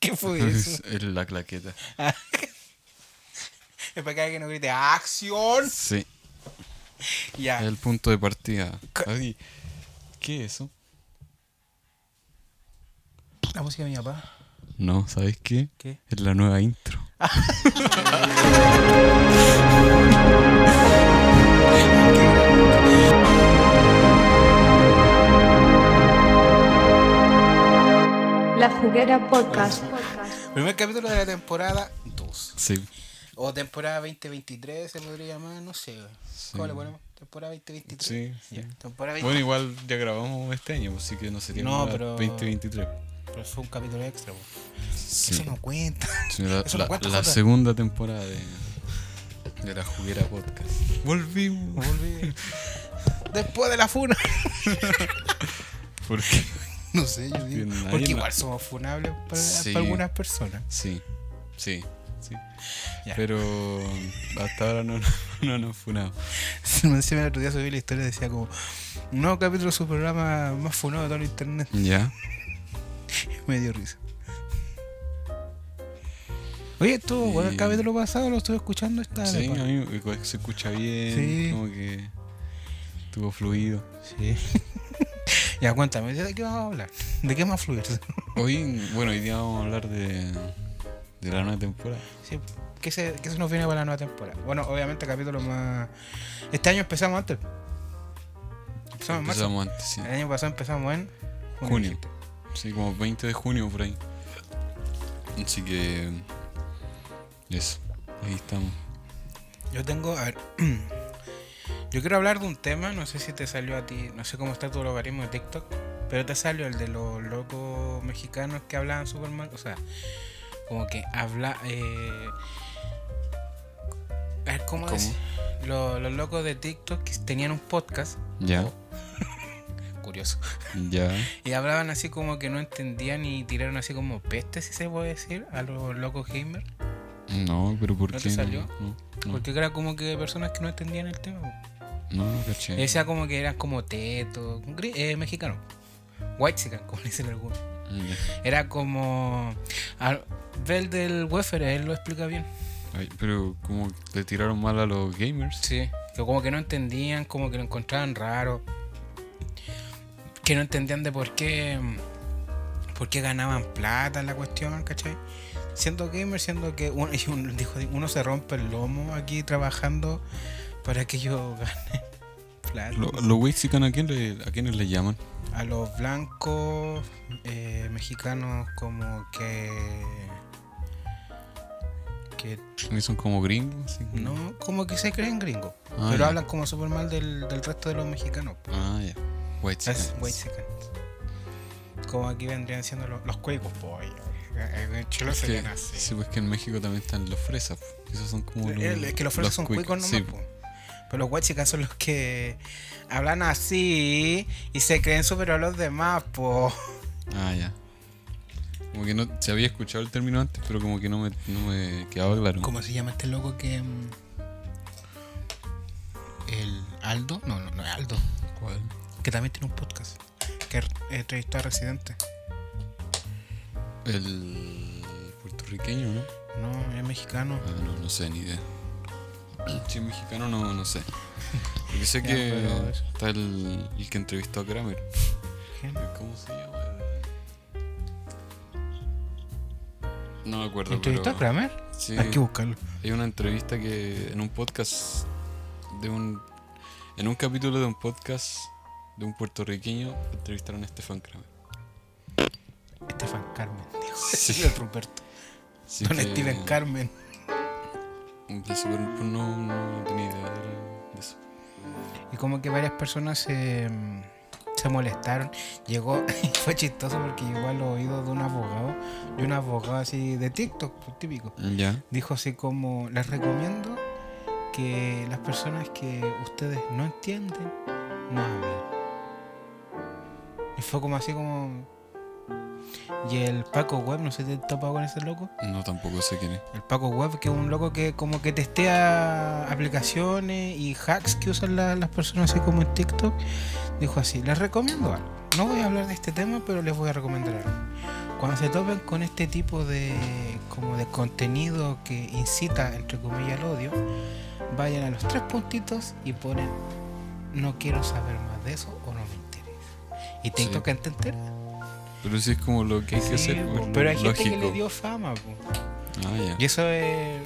¿Qué fue eso? Es la claqueta. Es para que alguien no grite ¡Acción! Sí, Ya. es el punto de partida. Ca- Ay, ¿Qué es eso? La música de mi papá. No, ¿sabes qué? ¿Qué? Es la nueva intro. La Juguera Podcast. Primer capítulo de la temporada 2. Sí, O temporada 2023 se podría llamar, no sé. ¿Cómo le ponemos? Temporada 2023. sí. sí. Ya, temporada Bueno, igual ya grabamos este año, pues, así que no sería No, nada pero- 2023. Pero fue un capítulo extra, po. Sí. Eso no cuenta. Sí, la, Eso no la- cuenta, la Jota. segunda temporada de, de la juguera podcast. Volvimos. Volví. Después de la funa. Porque No sé, yo digo. Bien, nadie Porque no- igual somos funables para, Sí. para algunas personas. sí, sí, sí. Ya. Pero hasta ahora no, no, nos funamos. Se me decía el otro día subí la historia decía como un nuevo capítulo de su programa más funado de todo el internet. Ya. Me dio risa. Oye, estuvo bueno el Y- capítulo pasado, lo estuve escuchando esta Sí, vez, a mí me- me- se escucha bien. Ah, Sí. Como que estuvo fluido. Sí. ya cuéntame, ¿de qué vamos a hablar? ¿De qué vamos a fluir? Hoy, bueno, hoy día vamos a hablar de, de la nueva temporada. Sí, ¿Qué se, qué se nos viene para la nueva temporada? Bueno, obviamente capítulo más. Este año empezamos antes. Empezamos en marzo. Eh. Empezamos antes, sí. El año pasado empezamos en Junio. Sí, como 20 de junio por ahí. Así que. Eso. Ahí estamos. Yo tengo, a ver, yo quiero hablar de un tema, no sé si te salió a ti, no sé cómo está tu logaritmo de TikTok, pero te salió el de los locos mexicanos que hablaban súper mal, o sea, como que habla, eh, a ver, ¿cómo, ¿Cómo? decir? Los, los locos de TikTok que tenían un podcast, Ya. curioso, Ya. y hablaban así como que no entendían y tiraron así como peste, si se puede decir, a los locos gamers, No, pero ¿por ¿No te qué? salió? No, no, porque era como que personas que no entendían el tema. no, no caché. Esa como que era como teto, gri- eh, mexicano. White como le dicen algunos. Ah, Ya. Era como. al- Bel del Wefer, él lo explica bien. Ay, pero como le tiraron mal a los gamers. Sí. Que como que no entendían, como que lo encontraban raro. Que no entendían de por qué. Por qué ganaban plata en la cuestión, ¿cachai? Siendo gamer, siendo que uno, y uno dijo, uno se rompe el lomo aquí trabajando para que ellos ganen plata. Lo- ¿Los Wexican a, quién le- a quiénes le llaman? a los blancos eh, mexicanos como que que ¿Y ¿Son como gringos? Así como- no como que se creen gringos Mm. Ah, pero ya. hablan como súper mal del, del resto de los mexicanos Ah, ya. Wexican. es whitezican. como aquí vendrían siendo los, los cuecos boy en Chile Es serían que- así. sí, pues que en México también están los fresas. po. Esos son como los. El- es que los fresas son cuicos, cuicos nomás sí, po. pero los whitezican son los que hablan así y se creen superior a los demás po Ah, ya. Como que no se había escuchado el término antes, pero como que no me, no me quedaba claro. ¿Cómo se llama este loco que.? mm, El Aldo. No, no, no es Aldo. ¿Cuál? Que también tiene un podcast. Que eh, entrevistó a Residente. El puertorriqueño, ¿no? No, es mexicano. Ah, no, no sé, ni idea. Si es mexicano, no, no sé. Porque sé Ya, que pero eso. está el, el que entrevistó a Kramer. ¿Quién? ¿Cómo se llama? No me acuerdo. ¿Entrevistó a Ah, pero- Kramer? Ah, Sí. Hay que buscarlo. Hay una entrevista que en un podcast de un en un capítulo de un podcast de un puertorriqueño entrevistaron a Estefan Kramer. Estefan Carmen, dijo. Sí. el Ruperto. Así Don que- Steven Carmen. de eso, pero no, no tenía idea de lo- de eso. Y como que varias personas se, mm, se molestaron. Llegó, fue chistoso porque llegó a los oídos de un abogado. De un abogado así de TikTok, pues, típico. Ya. Dijo así como, les recomiendo que las personas que ustedes no entienden, no hablen. Y fue como así como... Y el Paco Web, no sé si te has topado con ese loco. No tampoco sé quién es. El Paco Web, que es un loco que como que testea aplicaciones y hacks que usan la- las personas así como en TikTok, dijo así, les recomiendo algo. No voy a hablar de este tema, pero les voy a recomendar algo. cuando se topan con este tipo de como de contenido que incita entre comillas al odio, vayan a los tres puntitos y ponen no quiero saber más de eso o no me interesa. Y Sí. TikTok que entender. Pero sí es como lo que hay que hacer. pues, pero hay gente que lógico. le dio fama. po. Ah, ya. Y eso es,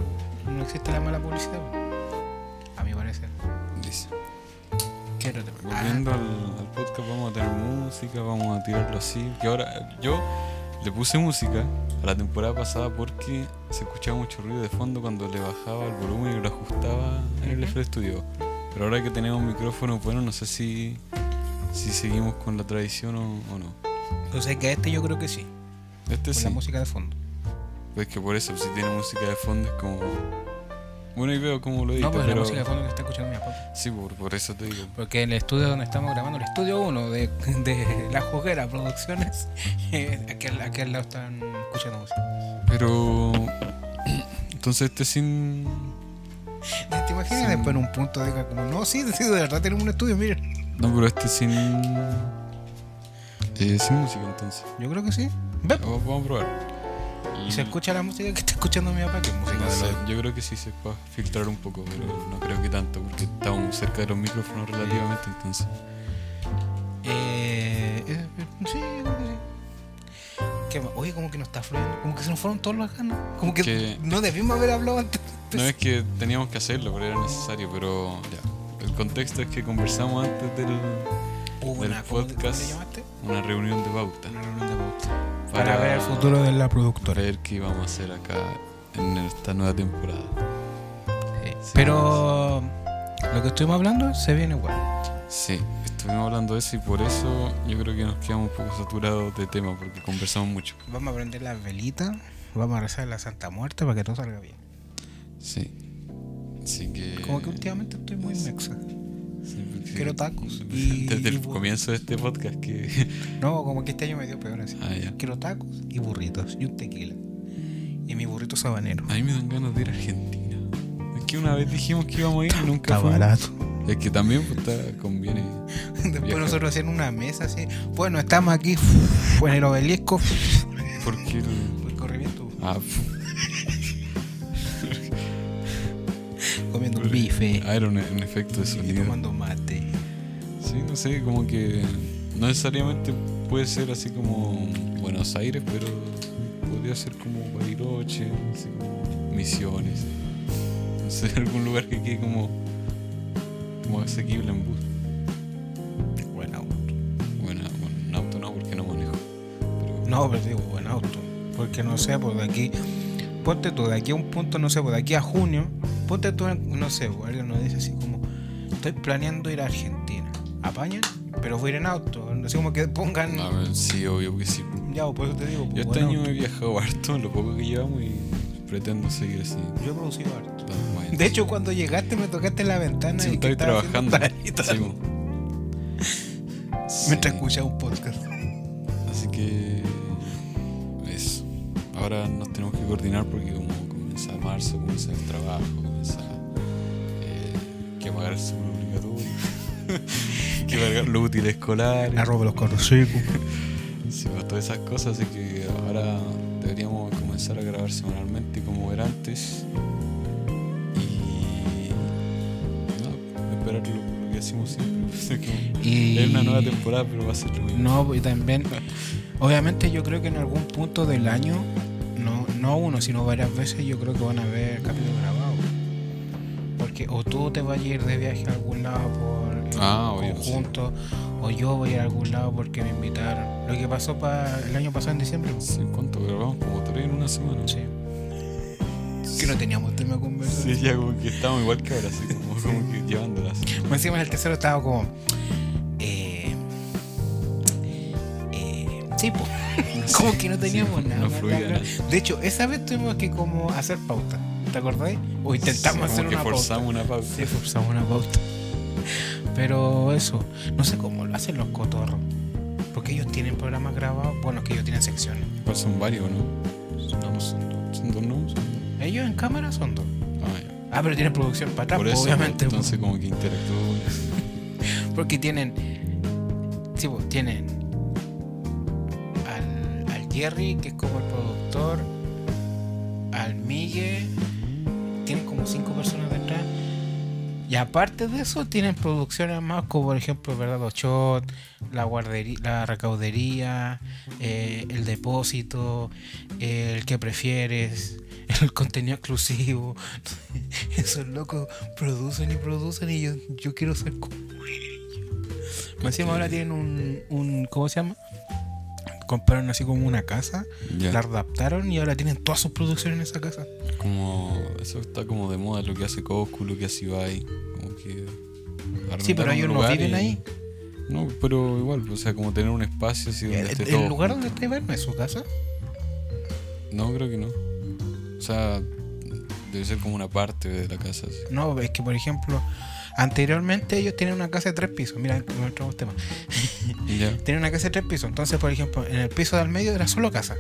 no existe la mala publicidad. po. A mi parecer. Dice. Quiero Ah, Volviendo al, al podcast, vamos a tener música, vamos a tirarlo así. Que ahora yo le puse música a la temporada pasada porque se escuchaba mucho ruido de fondo cuando le bajaba el volumen y lo ajustaba en el Ujú. FL Studio. Pero ahora que tenemos micrófonos buenos, no sé si, si seguimos con la tradición o, o no. Entonces que a este yo creo que sí. Este Con sí. la música de fondo. Pues que por eso, si tiene música de fondo es como. Bueno, y veo cómo lo edita, No, pues la pero. música de fondo que está escuchando mi papá. Sí, por, por eso te digo. Porque el estudio donde estamos grabando, el estudio 1 de, de La Juguera Producciones, eh, aquel, aquel lado están escuchando música. Pero. Entonces este sin. ¿Te imaginas Sí. después en un punto diga como, no, sí, sí, de verdad tenemos un estudio, miren? No, pero este sin. eh, sin música, entonces. Yo creo que sí. Ve, po. Vamos, vamos a probar. Y se Mm, escucha la música que está escuchando mi papá, que es música no de sé, los- yo creo que sí se puede filtrar un poco, pero no creo que tanto, porque estamos cerca de los micrófonos relativamente, entonces. Eh, eh, sí, yo creo que sí. ¿Qué más? Oye, como que no está fluyendo, como que se nos fueron todos los ganas. Como que Que- no debimos haber hablado antes. No es que teníamos que hacerlo, pero era necesario, pero ya. El contexto es que conversamos antes del, Hubo del una- ¿cómo te- cómo te podcast. llamaste? una reunión de pauta Una reunión de pauta. para ver el futuro de la para productora. ver qué íbamos a hacer acá en esta nueva temporada. Sí, Pero lo que estuvimos hablando se viene igual. Sí, estuvimos hablando de eso y por eso yo creo que nos quedamos un poco saturados de tema porque conversamos mucho. Vamos a prender las velitas, vamos a rezar la Santa Muerte para que todo salga bien. Sí. Así que. Como que últimamente estoy muy sí. mexa. sí, porque- quiero tacos y- Desde y el bu- comienzo de este podcast que. No, como que este año me dio peor así. ah, ya. Quiero tacos y burritos y un tequila. Y mi burrito sabanero. A mí me dan ganas de ir a Argentina. Es que una vez dijimos que íbamos a ir y nunca Está fuimos. barato. Es que también pues, está- conviene. Después Viajar. nosotros hacíamos una mesa así. Bueno, estamos aquí uf, en el obelisco. uf, Porque el- voy corriendo Ah, pf. comiendo un bife Ah, era un, un efecto de y sonido. tomando mate. Sí, no sé, como que no necesariamente puede ser así como Buenos Aires, pero podría ser como Bariloche, así como Misiones. No sé, algún lugar que quede como, como asequible en bus. Buen auto. Bueno, bueno, en auto no, porque no manejo. Pero No, pero digo, buen auto. Porque no sé, pues de aquí, ponte tú, de aquí a un punto, no sé, pues de aquí a junio, ponte tú, no sé, pues alguien nos dice así como, estoy planeando ir a Argentina. Apañan, pero voy a ir en auto. Así como que pongan. A ver, sí, obvio que sí. Ya, pues, por eso te digo. pues, Ah. Yo este buen año auto. he viajado harto, lo poco que llevamos, y pretendo seguir así. Yo he producido harto. Tan bueno. De hecho, cuando llegaste me tocaste la ventana Sí, y que estoy estaba haciendo trabajando. tareas. Sí, mo. mientras Sí, escuchaba un podcast. Así que. Eso. Ahora nos tenemos que coordinar porque, como comienza marzo, comienza el trabajo, comienza. eh, que pagar el seguro obligatorio, que pagar los útiles escolares, Arroba los conocidos. sí, pues, todas esas cosas. Así que ahora deberíamos comenzar a grabar semanalmente como era antes. Y. No, esperar lo, lo que hacemos siempre. Como- Y... Es una nueva temporada, pero va a ser lo mismo. No, y también, obviamente yo creo que en algún punto del año, no, no uno, sino varias veces, yo creo que van a haber capítulos grabados. Porque o tú te vas a ir de viaje a algún lado por eh, Ah, obvio, conjunto, o yo voy a ir a algún lado porque me invitaron. Lo que pasó para el año pasado en diciembre. pues. Sí, ¿Cuánto grabamos? Como tres en una semana. Sí. Que no teníamos tema de conversación. Sí, ya como que estábamos igual que ahora, así como, como que llevándolas. Más encima en el tercero estaba como. Eh, eh, sí, pues. Como que no teníamos Sí, nada. No más fluía de nada. hablar. De hecho, esa vez tuvimos que como hacer pauta. ¿Te acordáis? O intentamos Sí, hacer una como que pauta. forzamos una pauta. Sí, forzamos una pauta. Pero eso, no sé cómo lo hacen los cotorros. Porque ellos tienen programas grabados. Bueno, es que ellos tienen secciones. Igual son varios, ¿no? No, no son dos. ¿Son dos, no? Son- Ellos en cámara son dos. Ah, ya. Ah, pero tienen producción para atrás, Por pues, eso, obviamente. pues. entonces como que interactuó. Porque tienen. Sí, pues, tienen. Al, al Jerry, que es como el productor, al Migue, tienen como cinco personas detrás. Y aparte de eso, tienen producciones más como, por ejemplo, Verdad Ochot, la, guardería, la recaudería, eh, el depósito, eh, el que prefieres, el contenido exclusivo. Esos locos producen y producen y yo, yo quiero ser como ellos. Más Este, encima ahora tienen un, un, ¿cómo se llama? Compraron así como una casa, Ya. la adaptaron y ahora tienen todas sus producciones en esa casa. Como. Eso está como de moda lo que hace Goku, lo que hace Ibai. Como que. Sí, pero arrendaron ellos un no lugar viven y- ahí. No, pero igual, o sea, como tener un espacio así donde El, esté Eh, el este, todo lugar junto. donde está Iván es su casa. No, creo que no. O sea, debe ser como una parte de la casa. así. No, es que por ejemplo, anteriormente ellos tenían una casa de tres pisos. Mira, me entramos tema. Ya. Tenían una casa de tres pisos. Entonces, por ejemplo, en el piso del medio era solo casa.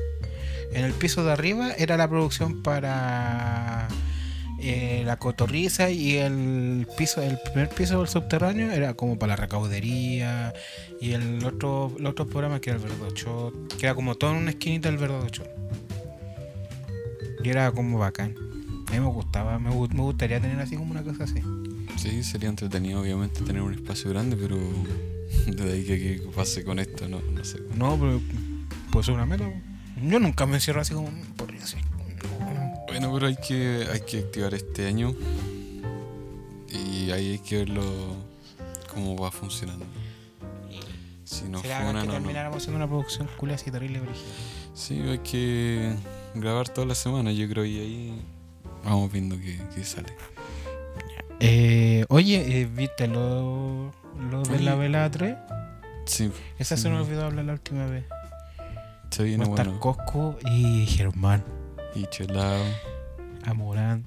En el piso de arriba era la producción para eh, la cotorriza y el piso, el primer piso del subterráneo era como para la recaudería y el otro, el otro programa que era el verdocho, que era como todo en una esquinita del verdocho. Y era como bacán. A mí me gustaba, me, gu- me gustaría tener así como una casa así. Sí, sería entretenido, obviamente, tener un espacio grande, pero. Desde ahí que, que pase con esto, no, no sé. No, pero puede ser una meta. po. Yo nunca me encierro así como podría ser. No. Bueno, pero hay que, hay que activar este año. Y ahí hay que verlo cómo va funcionando. Si no Será funciona, que no, no. termináramos haciendo una producción culia así terrible brígida. Sí, hay que grabar toda la semana, yo creo, y ahí vamos viendo qué, qué sale. Eh, oye, eh, ¿viste lo, lo de la Oye. vela 3? Sí, Esa se me olvidó hablar la última vez. se Va viene a estar bueno. Cosco y Germán Y Chelao. Amorán.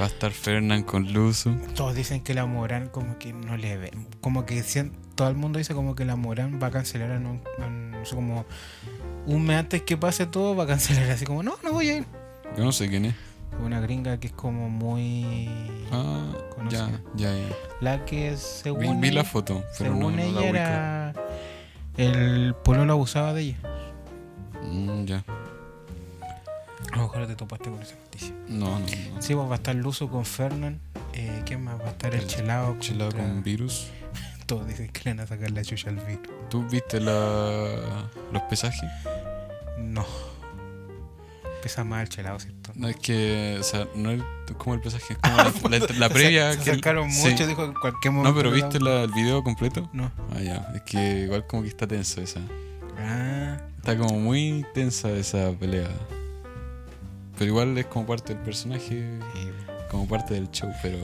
Va a estar Fernán con Luzu. Todos dicen que la Amorán como que no le ve. Como que sien- todo el mundo dice como que la Amorán va a cancelar a no, a no sé, como un mes antes que pase todo va a cancelar así como no, no voy a ir. Yo no sé quién es. Una gringa que es como muy... Ah, Conocida. ya, ya, ya. La que Vi, según... vi la ella- foto, pero no, Según no ella la ubico. era. El pueblo lo abusaba de ella. Mm, ya. A lo mejor te topaste con esa noticia. No, no, no. Sí, pues va a estar Luzo con Fernan. Eh, ¿Quién más? Va a estar el El Chelao. Chelao contra- con virus. Todos dicen que le van a sacar la chucha al virus. ¿Tú viste la, los pesajes? No. Pesa más el Chelao, ¿cierto? No es que, o sea, no es como el pesaje, es como la, la- la previa. Se que el- sacaron sí. mucho, dijo que en cualquier momento. No, pero le da- ¿viste la- el video completo? No. Ah, ya. Es que igual como que está tenso esa. Ah. Está como muy tensa esa pelea. Pero igual es como parte del personaje, sí. como parte del show, pero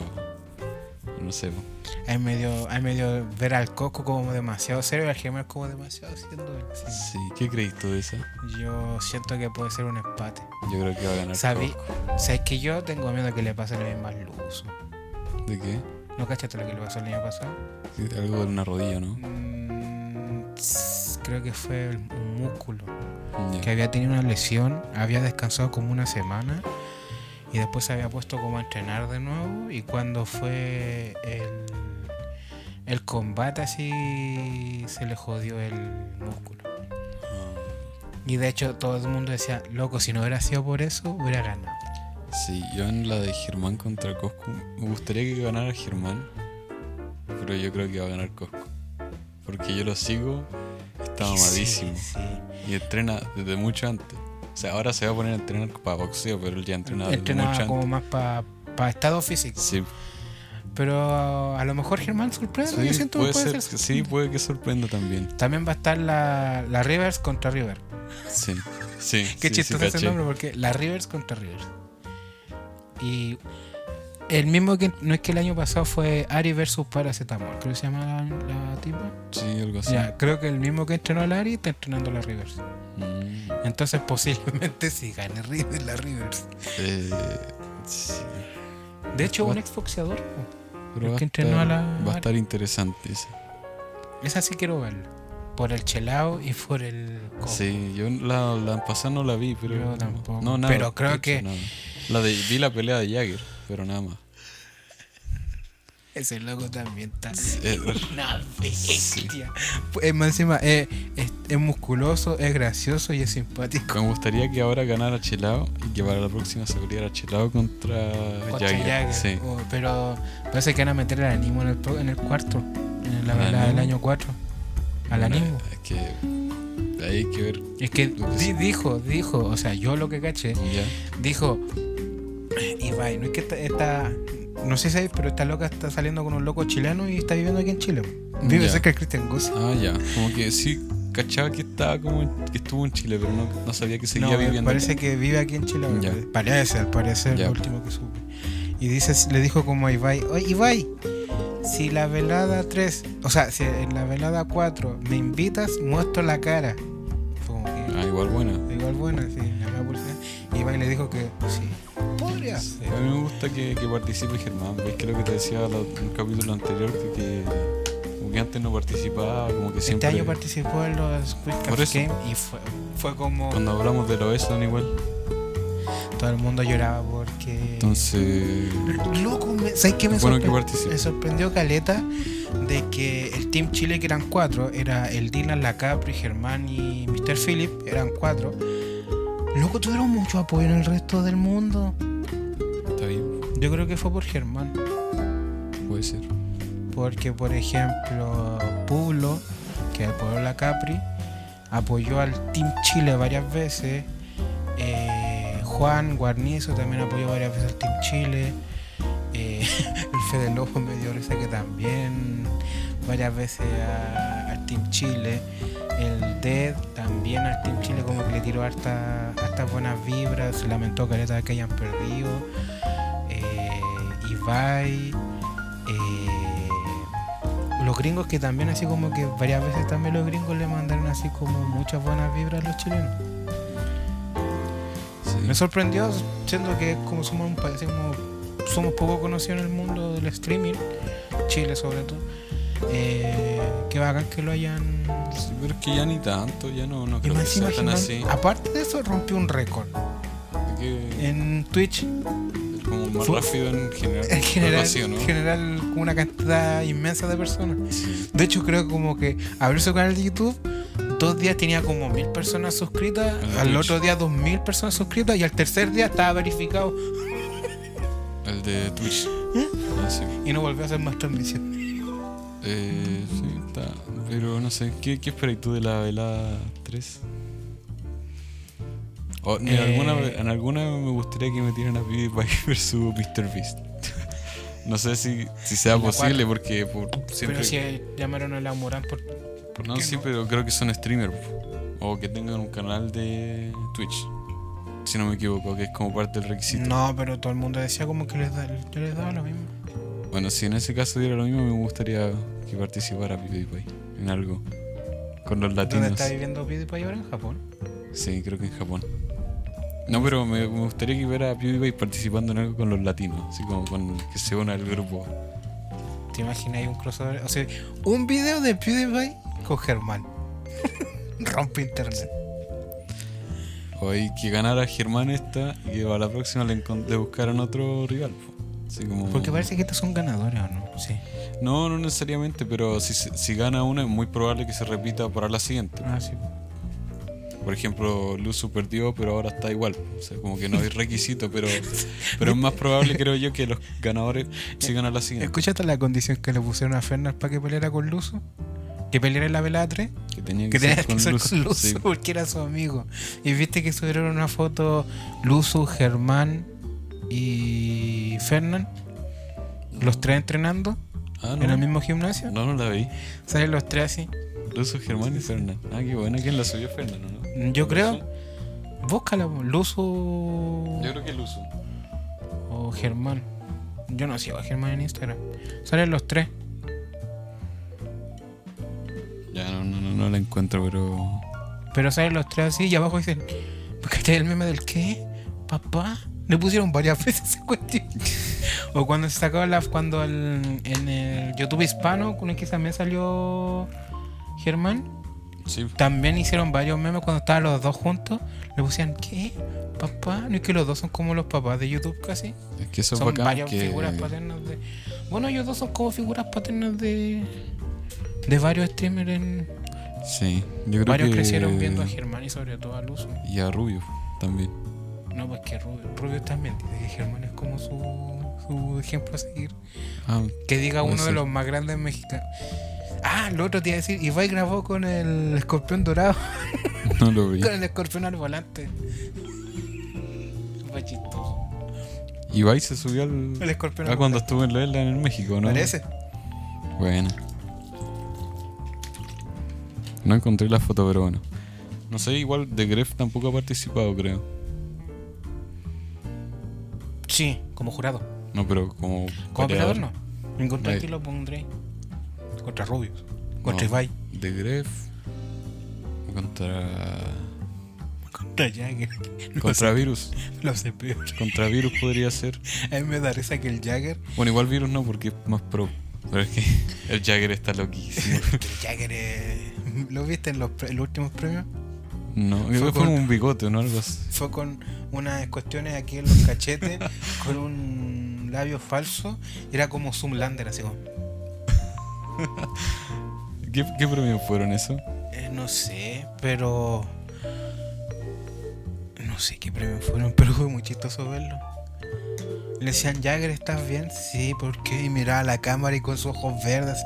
no sé. po. Hay medio, hay medio ver al Coco como demasiado serio y al Germán como demasiado siendo él. Sí. Sí, ¿qué crees tú de esa? Yo siento que puede ser un empate. Yo creo que va a ganar. Sabí, sabes que yo tengo miedo que le pase lo mismo al Luso. Coco. ¿De qué? ¿No cachaste lo que le pasó el año pasado? Sí, Algo de una rodilla, ¿no? Mm, tss, creo que fue el músculo. Ya. Que había tenido una lesión, había descansado como una semana y después se había puesto como a entrenar de nuevo. Y cuando fue el, el combate así, se le jodió el músculo. Y de hecho todo el mundo decía, loco, si no hubiera sido por eso, hubiera ganado. Sí, yo en la de Germán contra Coscu me gustaría que ganara Germán, pero yo creo que va a ganar Coscu. Porque yo lo sigo, está mamadísimo Sí, sí. y entrena desde mucho antes. O sea, ahora se va a poner a entrenar para boxeo, pero él ya entrenaba desde mucho entrenaba como antes. más para estado físico. Sí, Pero a lo mejor Germán sorprende. yo sí, siento que puede puede ser, ser. sí, puede que sorprenda también. También va a estar la, la Rivers contra River. Sí, sí. Qué sí, chistoso sí, ese caché. nombre porque la Rivers contra Rivers. Y el mismo que no es que el año pasado fue Ari versus Paracetamol, creo que se llama la, la tipa. Sí, algo así. Ya, creo que el mismo que entrenó al Ari está entrenando a la Rivers. Mm, Entonces posiblemente sí gane River la Rivers. eh, sí. De hecho, What? un exboxeador. po. Pero El va, que a entrenó estar, a la- va a estar interesante ese. Esa sí quiero verla. Por el Chelao y por el Coco. Sí, yo la, la pasada no la vi, pero. Yo tampoco. No, nada. Pero creo de hecho, que- nada. La de, vi la pelea de Jagger, pero nada más. Ese loco también está Eh, una bestia. Es Eh, más encima, es, es- es musculoso, es gracioso y es simpático. Me gustaría que ahora ganara Chelao y que para la próxima se pudiera Chelao contra, Contra Jagger. Jagger. Sí. Oh, pero parece que van a meter al animo en el, pro- en el cuarto, en la ¿Al velada del Animo? año 4. Al Bueno, animo. Es que hay que ver. Es que lo que di- sí. dijo, dijo, o sea, yo lo que caché, Ya. dijo, Ibai, no es que esta, esta- no sé si sabéis, pero esta loca está saliendo con un loco chileno y está viviendo aquí en Chile. Vive Ya. cerca de Christian Guzzi. Ah, ya. Como que sí, cachaba que estaba como en- que estuvo en Chile, pero no, no sabía que seguía no, viviendo. parece que vive aquí en Chile. pues, Ya. Parece, al parecer, Ya. lo último que supe. Y dice, le dijo como a Ibai, oye Ibai, si la velada 3, o sea, si en la velada 4 me invitas, muestro la cara. Fue como que, Ah, igual buena. igual buena, sí, la publicidad. Y Ibai le dijo que "Pues sí, podría ser. A mí me gusta que, que participe Germán. ¿Ves que lo que te decía la- en el capítulo anterior? De que como que antes no participaba, como que siempre. Este año participó en los Quick Por Cups eso. Game y fue, fue como Cuando hablamos de los Eslan igual. todo el mundo lloraba porque. Entonces. Loco, me- ¿sabes qué me, Bueno, que sorpre- participe. me sorprendió Caleta? De que el Team Chile, que eran cuatro, era el Dylan, la Capri, Germán y Mr. Philip, eran cuatro. Loco, tuvieron mucho apoyo en el resto del mundo. Está bien, Yo creo que fue por Germán. puede ser. Porque, por ejemplo, Pueblo, que apoyó la Capri, apoyó al Team Chile varias veces. Eh, Juan Guarnizo también apoyó varias veces al Team Chile. Eh, el Fede Lobo me dio risa que también varias veces a- al Team Chile. El Dead también al Team Chile como que le tiró harta- hartas buenas vibras. Se lamentó Caleta que hayan perdido. Eh, Ibai. Eh, los gringos que también así como que varias veces también los gringos le mandaron así como muchas buenas vibras a los chilenos. Sí. Me sorprendió siendo que como somos un país como somos poco conocidos en el mundo del streaming, Chile sobre todo, eh, que bacán que lo hayan Sí, pero es que ya ni tanto, ya no, no y creo que más sea tan encima, así. aparte de eso rompió un récord Que en Twitch es como más Eh, fu- rápido en general. en general, algo así, ¿o ¿no? en general con una cantidad inmensa de personas. Sí. De hecho, creo que como que abrió su canal de YouTube, dos días tenía como mil personas suscritas, En al Twitch. otro día dos mil personas suscritas y al tercer día estaba verificado El de Twitch. ¿Eh? Ah, sí. y no volvió a hacer más transmisión. Eh, sí, está. Pero no sé, ¿qué, qué esperas tú de la velada 3? O, mira, Eh. alguna, en alguna me gustaría que metieran a Baby Bike vs Mr. Beast. no sé si, si sea En la posible porque por, Pero siempre. si eh, llamaron a la Morán por... ¿por no, qué sí, pero creo que son streamers. O que tengan un canal de Twitch. Si no me equivoco, que es como parte del requisito. No, pero todo el mundo decía como que les, da, yo les daba lo mismo. Bueno, si en ese caso diera lo mismo, me gustaría que participara PewDiePie en algo. Con los ¿Dónde latinos. está viviendo PewDiePie ahora? En Japón. Sí, creo que en Japón. No, pero me, me gustaría que viera a PewDiePie participando en algo con los latinos. Así como con que se una al grupo. ¿Te imaginas ahí un crossover? O sea, un video de PewDiePie con Germán. Rompe internet. O y que ganara Germán esta y que a la próxima le, encon- le buscaran otro rival. po. Así como... Porque parece que estos son ganadores o no. Sí. No, no necesariamente, pero si, se- si gana una es muy probable que se repita para la siguiente. Ah, sí. Por ejemplo, Luzu perdió, pero ahora está igual. O sea, como que no es requisito, pero, pero es más probable, creo yo, que los ganadores sigan a la siguiente. ¿Escuchaste la condición que le pusieron a Fernández para que peleara con Luzo? ¿Que peleara en la velada 3? Que tenía Que que, tenía ser que con ser Luzu. con Luzo sí. porque era su amigo. Y viste que subieron una foto Luzo, Germán y Fernán. Los tres entrenando Ah, en el no. mismo gimnasio. no, no la vi. Salen los tres así. Luzu, Germán y Fernan. Ah, qué buena. ¿Quién la subió? Fernan, ¿o ¿no? Yo creo. Luzu. Búscala, po. Luzo Yo creo que Luzu. o Germán. Yo no sigo a Germán en Instagram. Salen los tres. Ya no, no, no, no la encuentro, pero. Pero salen los tres así y abajo dicen, ¿cachaste el meme del qué? ¿Papá? Le pusieron varias veces esa cuestión. o cuando se sacaba la, cuando el- en el YouTube hispano, con el que también salió Germán, Sí. también hicieron varios memes cuando estaban los dos juntos. Le pusieron, ¿qué? ¿Papá? No es que los dos son como los papás de YouTube casi. Es que eso es son bacán. varias que... figuras paternas de... Bueno, ellos dos son como figuras paternas de, de varios streamers. En, Sí, yo creo varios que. crecieron viendo a Germán y sobre todo a Luzu. Y a Rubio también. No, pues que Rubio, Rubio también. dice que Germán es como su, su ejemplo a seguir. Ah, Que diga Puede uno de ser. los más grandes mexicanos. Ah, lo otro te iba a decir. Ibai grabó con el escorpión dorado. no lo vi. Con el escorpión al volante. Fue chistoso. Ibai se subió El al. escorpión Ah, al cuando volante. estuve en la isla en México, ¿no? Parece. Bueno. No encontré la foto, pero bueno. No sé, igual de Gref tampoco ha participado, creo. Sí, como jurado. No, pero como. Como peleador. peleador no. Encontré Ahí. aquí lo pondré. Contra Rubius. Contra No, Ibai. De Gref. Contra. Contra Jagger. Lo Contra sé, Virus. lo sé peor. Contra Virus podría ser. A mí me da risa que el Jagger. Bueno, igual Virus no, porque es más pro. Pero es que el Jagger está loquísimo. que el Jagger eh, ¿Lo viste en los, pre- en los últimos premios? No, Fue fue, fue con- como un bigote, ¿no? Algo así. Fue con unas cuestiones aquí en los cachetes. con un labio falso. Era como Zoomlander, así como. ¿Qué, qué premios fueron eso? Eh, no sé, pero. No sé qué premios fueron, pero fue muy chistoso verlo. Le decían, Jagger, ¿estás bien? Sí, ¿por qué? Y miraba a la cámara y con sus ojos verdes.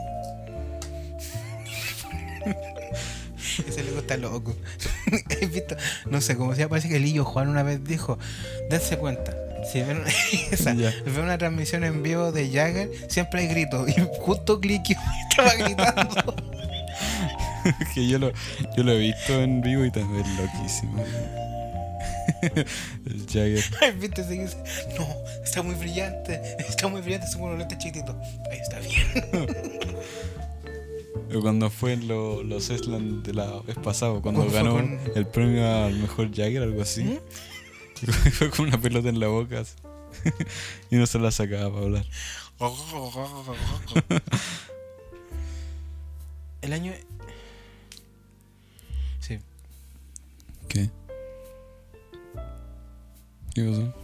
así. Ese loco está loco. ¿Has visto? No sé, como decía, parece que Lillo Juan una vez dijo: Dense cuenta, si ven, esa, Ya. ven una transmisión en vivo de Jagger, siempre hay gritos. Y justo cliqueó y estaba gritando. que yo lo, yo lo he visto en vivo y también es loquísimo. el Jagger. Viste, se dice, no, está muy brillante, está muy brillante, su monolete chiquitito. Ahí está bien. O Cuando fue en lo- los Esland de la vez pasado, cuando ¿Cuándo fue ganó con- el premio al mejor Jagger, algo así. ¿Mm? fue con una pelota en la boca. así. y no se la sacaba para hablar. El año. Sí. ¿Qué? ¿Qué pasó?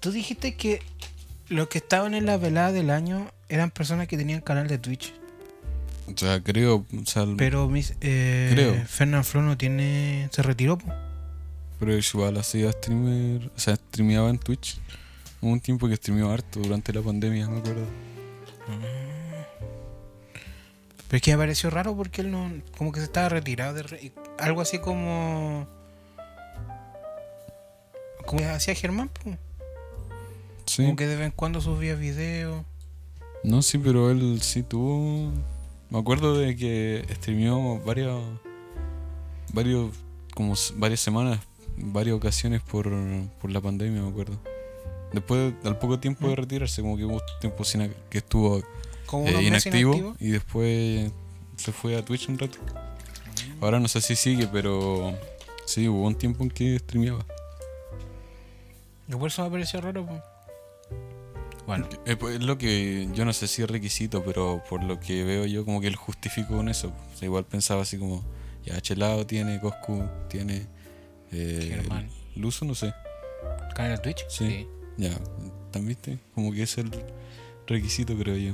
Tú dijiste que los que estaban en la velada del año eran personas que tenían canal de Twitch. O sea, creo. O sea, el- Pero mis, eh, Creo. Fernan Flo no tiene. se retiró. po. Pero igual hacía streamer, o sea, streameaba en Twitch. Hubo un tiempo que streameó harto durante la pandemia, me acuerdo. Pero es que me pareció raro porque él no. como que se estaba retirado de. re- algo así como. como hacía Germán, po. Sí. Como que de vez en cuando subía videos. No, sí, pero él sí tuvo. Me acuerdo de que streameó varias. varios. como s- varias semanas, varias ocasiones por, por la pandemia, me acuerdo. Después, al poco tiempo de retirarse, como que hubo un tiempo sin ac- que estuvo Como eh, unos meses inactivo, inactivos. y después se fue a Twitch un rato. Ahora no sé si sigue, pero sí, hubo un tiempo en que streameaba. Y por eso me pareció raro. po. Bueno, Eh, pues, es lo que yo no sé si es requisito, pero por lo que veo yo como que él justificó con eso. O sea, igual pensaba así como, ya Chelado tiene, Coscu tiene... Eh, Germán. Luso, no sé. canal de Twitch. Sí. Ya, ¿también viste? Como que es el requisito, creo yo.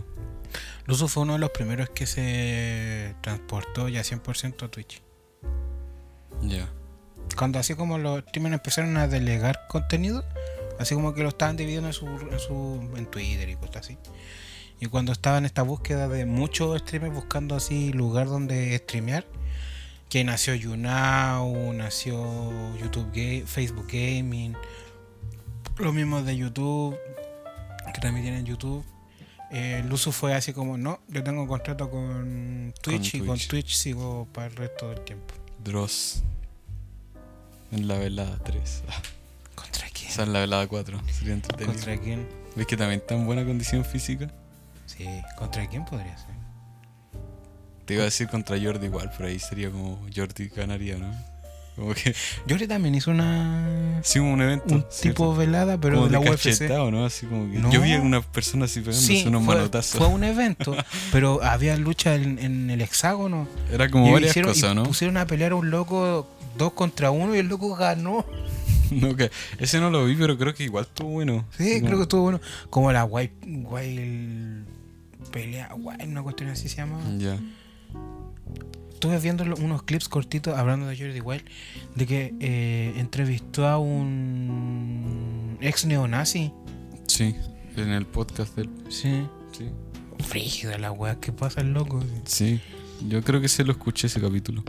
Luso fue uno de los primeros que se transportó ya 100% a Twitch. Ya. Cuando así como los streamers empezaron a delegar contenido, así como que lo estaban dividiendo en, su, en, su, en Twitter y cosas así. Y cuando estaba en esta búsqueda de muchos streamers buscando así lugar donde streamear, que nació YouNow, nació YouTube Ga- Facebook Gaming, lo mismo de YouTube, que también tienen YouTube. Eh, Luzu fue así como, no, yo tengo contrato con Twitch y con Twitch. Twitch sigo para el resto del tiempo. Dross. En la velada 3. ¿Contra o quién? sea, en la velada 4. Sería entretenido. ¿Contra quién? ¿Ves que también está en buena condición física? Sí, ¿contra quién podría ser? Te iba a decir contra Jordi igual, pero ahí sería como Jordi Canaria, ¿no? Como que Jordi también hizo una. Sí, un evento. Un ¿cierto? tipo velada, pero como de la UFC. cachetado, ¿no? Así como que No. Yo vi a una persona así pegándose Sí, unos fue, manotazos. fue un evento, pero había lucha en, en el hexágono. Era como y varias hicieron- y cosas, ¿no? pusieron a pelear a un loco dos contra uno y el loco ganó. No, que- ese no lo vi, pero creo que igual estuvo bueno. Sí, Así creo que como- estuvo bueno. Como la guay, guay pelea, guay, una cuestión así se llama. Ya. Estuve viendo lo- unos clips cortitos hablando de Jordi Wild, de que eh, entrevistó a un ex neonazi. Sí, en el podcast del. Sí. Sí. Frígida la weá que pasa, loco. Sí. Yo creo que se lo escuché ese capítulo.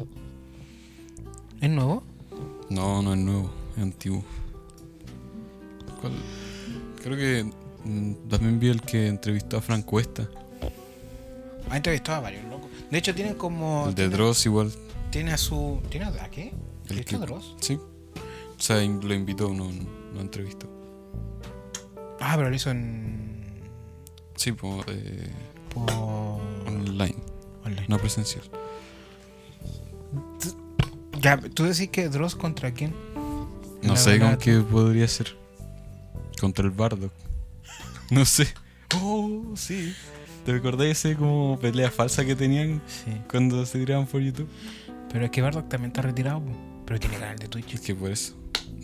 ¿Es nuevo? No, no es nuevo, es antiguo. ¿Cuál? Creo que mm, también vi el que entrevistó a Frank Cuesta. Ha entrevistado a varios locos. De hecho, tienen como. El de Dross igual. Tiene a su. ¿Tiene a a qué? El ¿Está que- Dross? Sí. O sea, in- lo invitó, no, no entrevistó. Ah, pero lo hizo en. Sí, po, eh, Por. online, online. no presencial. Ya, tú decís que Dross contra quién? No La sé con verdad. qué podría ser. Contra el Bardock. No sé. Oh, sí. ¿Te recordáis ese como pelea falsa que tenían Sí. cuando se tiraban por YouTube? Pero es que Bardock también está retirado, po. pero tiene canal de Es Twitch. que por eso.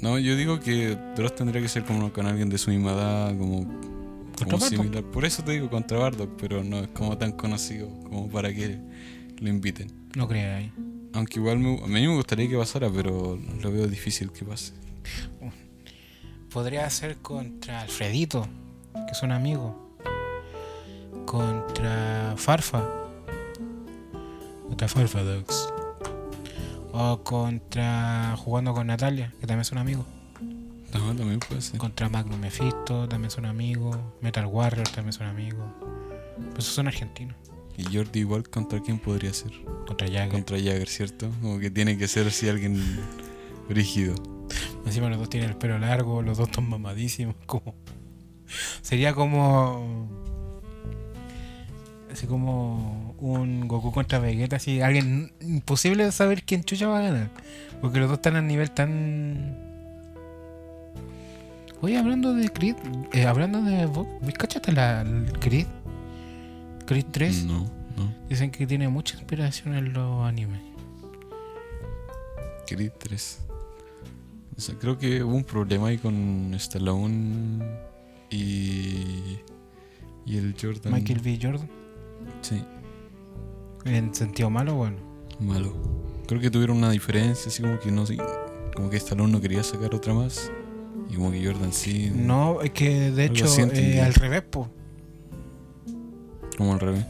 No, yo digo que Dross tendría que ser como con alguien de su misma edad, como, Contra como Bardock. similar. Por eso te digo contra Bardock, pero no es como tan conocido como para que lo inviten. No creo ahí. Aunque igual me- a mí me gustaría que pasara, pero lo veo difícil que pase. Podría ser contra Alfredito, que es un amigo. Contra Farfa. Contra Farfa Dogs. O contra Jugando con Natalia, que también es un amigo. No, también puede ser. Contra Magnum Mephisto, también es un amigo. Metal Warrior, también es un amigo. Pero esos son argentinos. Y Jordi igual contra quién podría ser. Contra Jagger. Contra Jagger, ¿cierto? Como que tiene que ser así alguien rígido. Encima los dos tienen el pelo largo, los dos están mamadísimos, como. Sería como. Así como un Goku contra Vegeta, así alguien imposible de saber quién chucha va a ganar. Porque los dos están a nivel tan. Oye, hablando de Creed, eh, hablando de Vox, ¿cachaste la el Creed? Creed 3, No, no. dicen que tiene mucha inspiración en los animes. Creed 3. O sea, creo que hubo un problema ahí con Stallone y. Y el Jordan. Michael B. Jordan, Sí, en sentido malo, bueno. malo. Creo que tuvieron una diferencia, así como que no sé. Como que Stallone no quería sacar otra más. Y como que Jordan sí. No, es que de Algo hecho, así entendí. eh, al revés, po. Como al revés.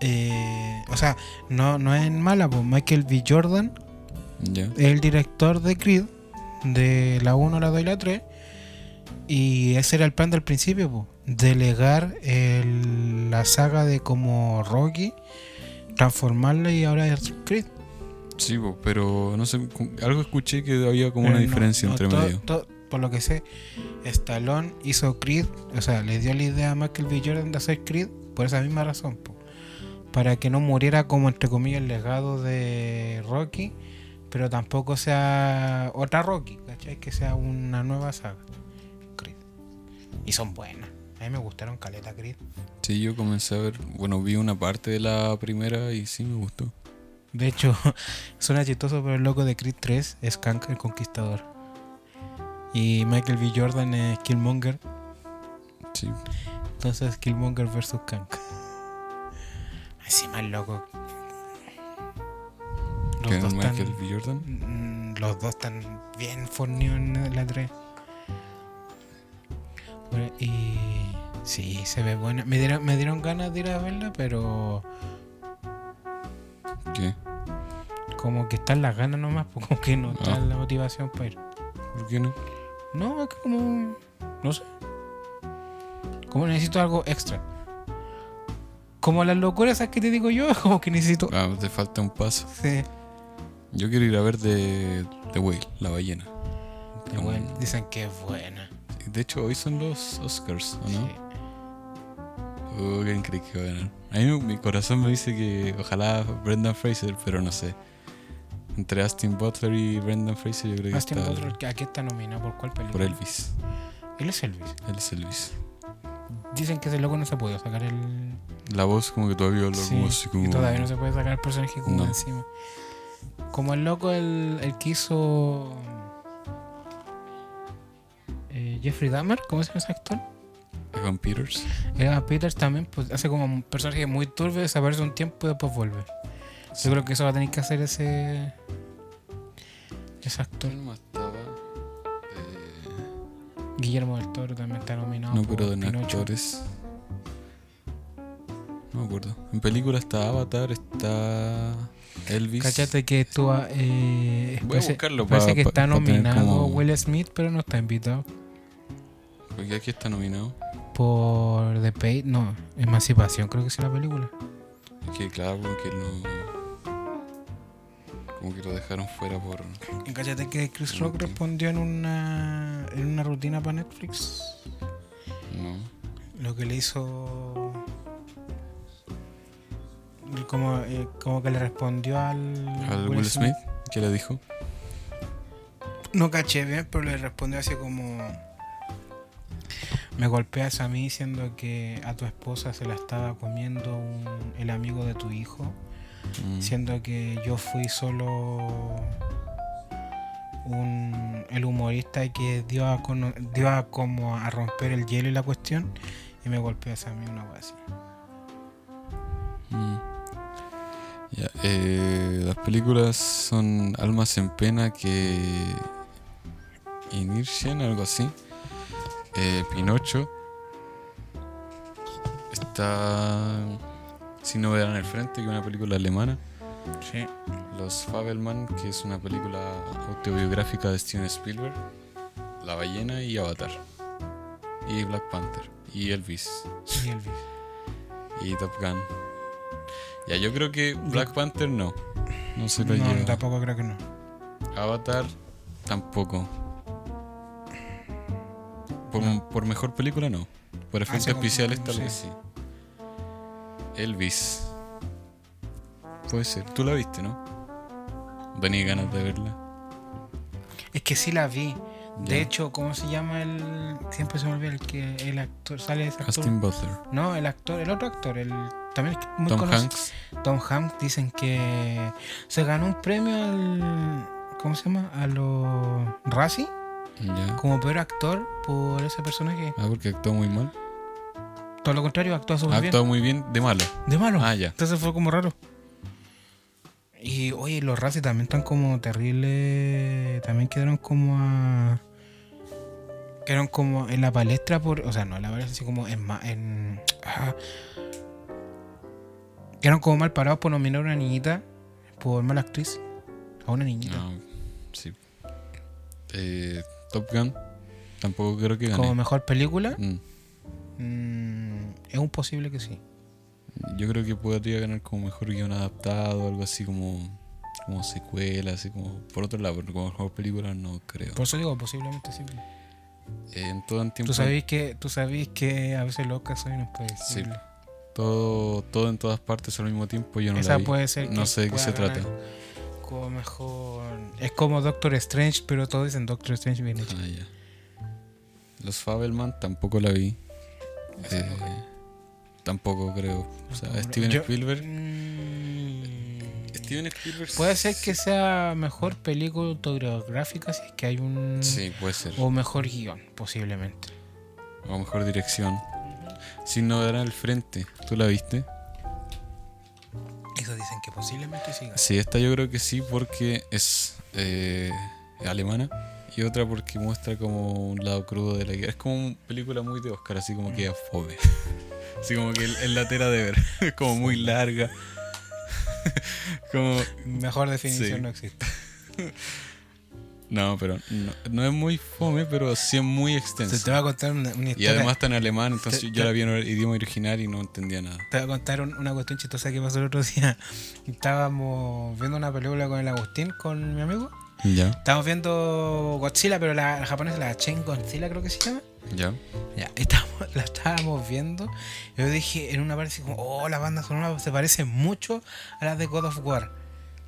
Eh, o sea, no, no es en mala, pues Michael B. Jordan Ya. es el director de Creed, de la 1, la 2 y la 3. Y ese era el plan del principio, po, delegar el- la saga de como Rocky, transformarla y ahora es Creed. Sí, po, pero no sé. cu- Algo escuché que había como una Pero Eh, no- diferencia no, entre todo- medio. todo- por lo que sé, Stallone hizo Creed, o sea, le dio la idea a Michael B. Jordan de hacer Creed por esa misma razón, po. para que no muriera como entre comillas el legado de Rocky, pero tampoco sea otra Rocky, ¿cachai? Que sea una nueva saga. Creed. Y son buenas. A mí me gustaron Caleta Creed. Sí, yo comencé a ver. Bueno, vi una parte de la primera y sí me gustó. De hecho, suena chistoso, pero el loco de Creed 3 es Kank el Conquistador. Y Michael B. Jordan es Killmonger. Sí. Entonces Killmonger versus Kang. Así más loco. Que Los dos, Michael están, B. Jordan. mm, los dos están bien fornidos en la 3. e- Y sí, se ve buena. Me dieron, me dieron ganas de ir a verla, pero ¿Qué? como que están las ganas nomás, pues, como que no está Ah. la motivación para ir. ¿Por qué no? No, es que como. No sé. Como necesito algo extra. Como las locuras esas que te digo yo, es como que necesito. Ah, te falta un paso. Sí. Yo quiero ir a ver de The Whale, la ballena. Qué bueno. Dicen que es buena. De hecho, hoy son los Oscars, ¿o no? Sí. Uh, ¿Quién crees que va a ganar? A mí mi corazón me dice que ojalá Brendan Fraser, pero no sé. Entre Austin Butler y Brendan Fraser, yo creo que Austin está Butler, ¿a qué está nominado? ¿Por cuál película? por Elvis. Él es Elvis. Él es Elvis. Dicen que ese loco no se ha podido sacar el. La voz, como que todavía lo Sí, como así como- y todavía no se puede sacar el personaje como No. encima. Como el loco, el, el que hizo. eh, Jeffrey Dahmer, ¿cómo se llama ese actor? Evan Peters. Eva Eh, Peters también pues, hace como un personaje muy turbio, desaparece un tiempo y después vuelve. Yo creo que eso va a tener que hacer ese. Ese actor. ¿Quién más estaba? Eh, Guillermo del Toro también está nominado. no, por pero en Pinocho. actores. No me acuerdo. En película está Avatar, está. Elvis. Cáchate que tú. Eh, Voy a parece, buscarlo parece pa- que pa- está pa tener nominado como- Will Smith, pero no está invitado. Porque aquí está nominado. Por The Pay. No, Emancipación, creo que es la película. Es que claro, como que no. Como que lo dejaron fuera por. Y Cáchate que Chris Rock Rock respondió en una, en una rutina para Netflix. No. Lo que le hizo. Como, eh, como que le respondió al. Al Will Smith, ¿qué le dijo? No caché bien, pero le respondió así como. Me golpeas a mí diciendo que a tu esposa se la estaba comiendo un- el amigo de tu hijo, Mm. siendo que yo fui solo un, el humorista que dio a, cono- dio a como a romper el hielo y la cuestión, y me golpeas a mí una cosa así. Mm. Ya, eh, las películas son Almas en Pena que Inirchen, algo así. Eh, Pinocho. Está Sin Novedad en el Frente, que es una película alemana. Sí. Los Fabelman, que es una película autobiográfica de Steven Spielberg. La Ballena y Avatar. Y Black Panther. Y Elvis. Y Elvis. Y Top Gun. Ya, yo creo que Black Panther no. No se lo No, lleva. tampoco creo que no. Avatar tampoco. Por, por mejor película no. Por efectos Ah, sí, como- especiales tal sí. vez sí. Elvis. Puede ser. Tú la viste, ¿no? Tenía ganas de verla. Es que sí la vi. De Ya. hecho, ¿cómo se llama el. Siempre se me olvida el que el actor. Sale ese actor. Austin Butler. No, el actor, el otro actor, el también es muy Tom conocido. Hanks. Tom Hanks dicen que se ganó un premio al. ¿Cómo se llama? A los Razzie Ya. como peor actor por ese personaje. Ah, porque actuó muy mal. Todo lo contrario, actuó Ha súper bien. actuado muy bien de malo. De malo. Ah, ya. Entonces fue como raro. Y oye, los Razzie también están como terribles. También quedaron como a. Quedaron como en la palestra por. O sea, no en la palestra, así como en. ma- en ah. quedaron como mal parados por nominar a una niñita. Por mala actriz. A una niñita. No, Ah, sí. Eh, Top Gun. Tampoco creo que como gane. mejor película. Mm. mm, es un posible que sí. Mm. Yo creo que podría ganar como mejor guión adaptado, algo así como, como secuela, así como. Por otro lado, pero como mejor película no creo. Por eso digo, posiblemente sí. Eh, en todo el tiempo. Tú sabés que, tú sabés que a veces loca soy no puede Sí. decirlo. Todo, todo en todas partes al mismo tiempo. Yo no Esa la vi. puede ser. No sé de qué pueda se ganar trata. Como mejor. Es como Doctor Strange, pero todos dicen Doctor Strange bien hecho. Ah, ya. Los Fabelman tampoco la vi. Eh, tampoco creo. O sea, Ah, Steven Yo- Spielberg. Mm, Steven Spielberg. Puede ser que sea mejor película autobiográfica si es que hay un. Sí, puede ser. O mejor guión, posiblemente. O mejor dirección. Sin novedad al frente. ¿Tú la viste? Eso dicen que posiblemente siga. Sí, esta yo creo que sí porque es eh, alemana y otra porque muestra como un lado crudo de la guerra. Es como una película muy de Oscar, así como Mm. que a fome. Así como que es latera de ver. Es como muy larga. como... Mejor definición Sí. no existe. No, pero no, no es muy fome, pero sí es muy Se te extensa. va a contar una, una Y historia. además está en alemán, entonces te- yo la vi en el idioma original y no entendía nada. Te voy a contar un- una cuestión chistosa que pasó el otro día. Estábamos viendo una película con el Agustín, con mi amigo. Ya, Estábamos viendo Godzilla, pero la, la japonesa, la Chen Godzilla creo que se llama. ya. Ya, estábamos- la estábamos viendo. Yo dije en una parte así como, oh, la banda sonora se parece mucho a la de God of War.